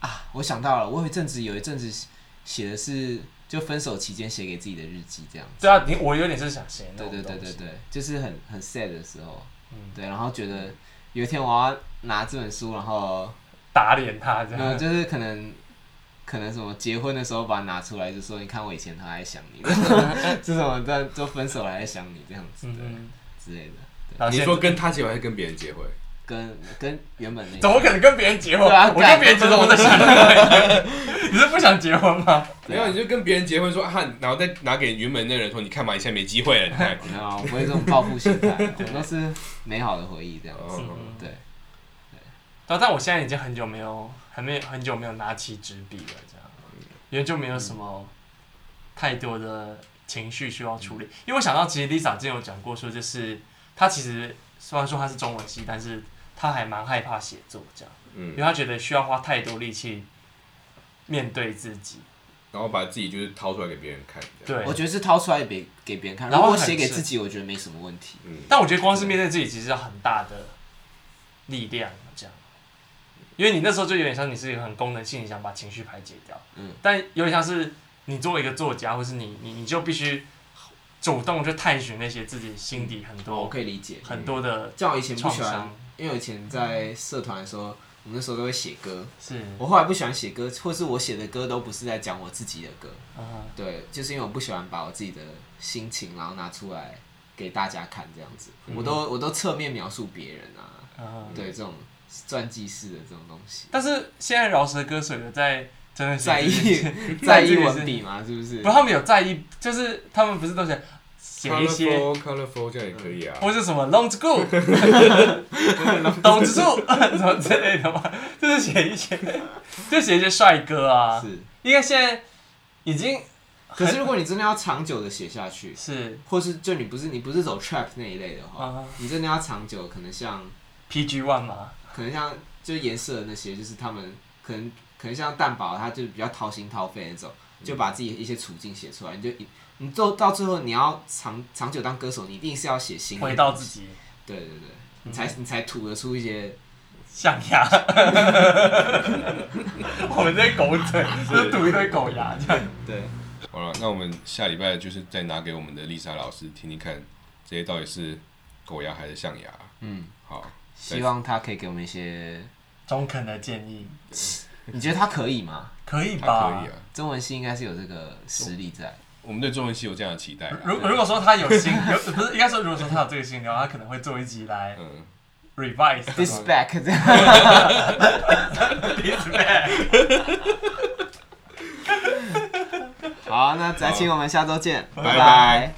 [SPEAKER 3] 啊，我想到了，我有一阵子有一阵子写的是就分手期间写给自己的日记这样。
[SPEAKER 1] 对啊，你我有点是想写那种
[SPEAKER 3] 对对对
[SPEAKER 1] 东
[SPEAKER 3] 对
[SPEAKER 1] 西
[SPEAKER 3] 对，就是很很 sad 的时候，
[SPEAKER 1] 嗯
[SPEAKER 3] 对，然后觉得有一天我要拿这本书，然后
[SPEAKER 1] 打脸他这
[SPEAKER 3] 没有，
[SPEAKER 1] 样。
[SPEAKER 3] 就是可能可能什么结婚的时候把它拿出来，就说你看我以前都还在想你， 这种但都分手了还在想你这样子
[SPEAKER 1] 嗯
[SPEAKER 3] 的
[SPEAKER 1] 哼，
[SPEAKER 3] 之类的，
[SPEAKER 1] 然后
[SPEAKER 2] 你
[SPEAKER 1] 现在
[SPEAKER 2] 说跟他结婚还是跟别人结婚？
[SPEAKER 3] 跟跟原本那个
[SPEAKER 1] 怎么可能跟别人结婚？
[SPEAKER 3] 对啊
[SPEAKER 1] 我
[SPEAKER 3] 干
[SPEAKER 1] 跟别人结婚，我在想另外 一个你是不想结婚吗？
[SPEAKER 2] 没有，你就跟别人结婚说啊，然后再拿给原本那个人说，你看嘛，你现在没机会了，你看。
[SPEAKER 3] 没有，啊我不会这种报复心态，我们都是美好的回忆这样子。
[SPEAKER 2] 哦
[SPEAKER 1] 嗯
[SPEAKER 3] 对，
[SPEAKER 1] 但但我现在已经很久没有，还没很久没有拿起纸笔了，这样，因为就没有什么太多的情绪需要处理。因为我想到，其实 Lisa 之前有讲过说，就是她其实虽然说她是中文系，但是她还蛮害怕写作这样，因
[SPEAKER 2] 嗯
[SPEAKER 1] 为，她觉得需要花太多力气面对自己。
[SPEAKER 2] 然后把自己就是掏出来给别人看，这样。
[SPEAKER 1] 对
[SPEAKER 3] 我，觉得是掏出来给给别人看，
[SPEAKER 1] 然
[SPEAKER 3] 如
[SPEAKER 1] 后
[SPEAKER 3] 果
[SPEAKER 1] 很
[SPEAKER 3] 写给
[SPEAKER 1] 是
[SPEAKER 3] 自己，我觉得没什么问题。
[SPEAKER 2] 嗯，
[SPEAKER 1] 但我觉得光是面对自己，其实有很大的力量，啊这样。因为你那时候就有点像你是一个很功能性，你想把情绪排解掉，
[SPEAKER 3] 嗯，
[SPEAKER 1] 但有点像是你作为一个作家，或是你你你就必须主动去探寻那些自己心底很
[SPEAKER 3] 我
[SPEAKER 1] 多、
[SPEAKER 3] 可以理解。
[SPEAKER 1] 哦很多的
[SPEAKER 3] 像我以前哦不
[SPEAKER 1] 创
[SPEAKER 3] 喜欢
[SPEAKER 1] 伤，，
[SPEAKER 3] 因为我以前在社团的时候，我们那时候都会写歌。
[SPEAKER 1] 是嗯
[SPEAKER 3] 我后来不喜欢写歌，或是我写的歌都不是在讲我自己的歌，
[SPEAKER 1] 啊，
[SPEAKER 3] 对，就是因为我不喜欢把我自己的心情然后拿出来给大家看这样子，我都我都侧面描述别人啊，
[SPEAKER 1] 啊
[SPEAKER 3] 对这种传记式的这种东西。
[SPEAKER 1] 但是现在饶舌歌手有在真的
[SPEAKER 3] 在意
[SPEAKER 1] 写这件事
[SPEAKER 3] 在意文笔嘛，是不是
[SPEAKER 1] 不？是他们有在意，就是他们不是都写写一些嗯
[SPEAKER 2] colorful 这样也可以啊。
[SPEAKER 1] 或是什么 long school，董子树什么之类的嘛，就是写一些，就写一些帅哥啊。
[SPEAKER 3] 是。
[SPEAKER 1] 应该现在已经
[SPEAKER 3] 可是如果你真的要长久的写下去，
[SPEAKER 1] 是
[SPEAKER 3] 或是就你不是你不是走 trap 那一类的话
[SPEAKER 2] 哦
[SPEAKER 1] 啊，
[SPEAKER 3] 你真的要长久，可能像
[SPEAKER 1] PG one 嘛，
[SPEAKER 3] 可能像就颜色的那些，就是他们可能可能像蛋堡，他就比较掏心掏肺那种，就把自己一些处境写出来，你就一你做到最后，你要长长久当歌手，你一定是要写心里
[SPEAKER 1] 回到自己
[SPEAKER 3] 对对对，你才你才吐得出一些
[SPEAKER 1] 象 牙。我们这些狗嘴，就吐一堆狗牙这样。
[SPEAKER 3] 对。
[SPEAKER 2] 好了，那我们下礼拜就是再拿给我们的丽莎老师听听看，这些到底是狗牙还是象牙？嗯，好，
[SPEAKER 3] 希望他可以给我们一些，
[SPEAKER 1] 中肯的建议，
[SPEAKER 3] 你觉得他可以吗？
[SPEAKER 1] 可以
[SPEAKER 2] 它
[SPEAKER 1] 吧？
[SPEAKER 2] 可以啊。
[SPEAKER 3] 中文系应该是有这个实力在，
[SPEAKER 2] 我们对中文系有这样的期待啦，啊
[SPEAKER 1] 如如果说他有心，有不是应该说，如果说他有这个心，然后他可能会做一集来
[SPEAKER 2] 嗯，
[SPEAKER 1] revise 这
[SPEAKER 3] d i
[SPEAKER 1] 种
[SPEAKER 3] s b a c k 这样。好，那再请我们下周见，
[SPEAKER 2] 拜
[SPEAKER 3] 拜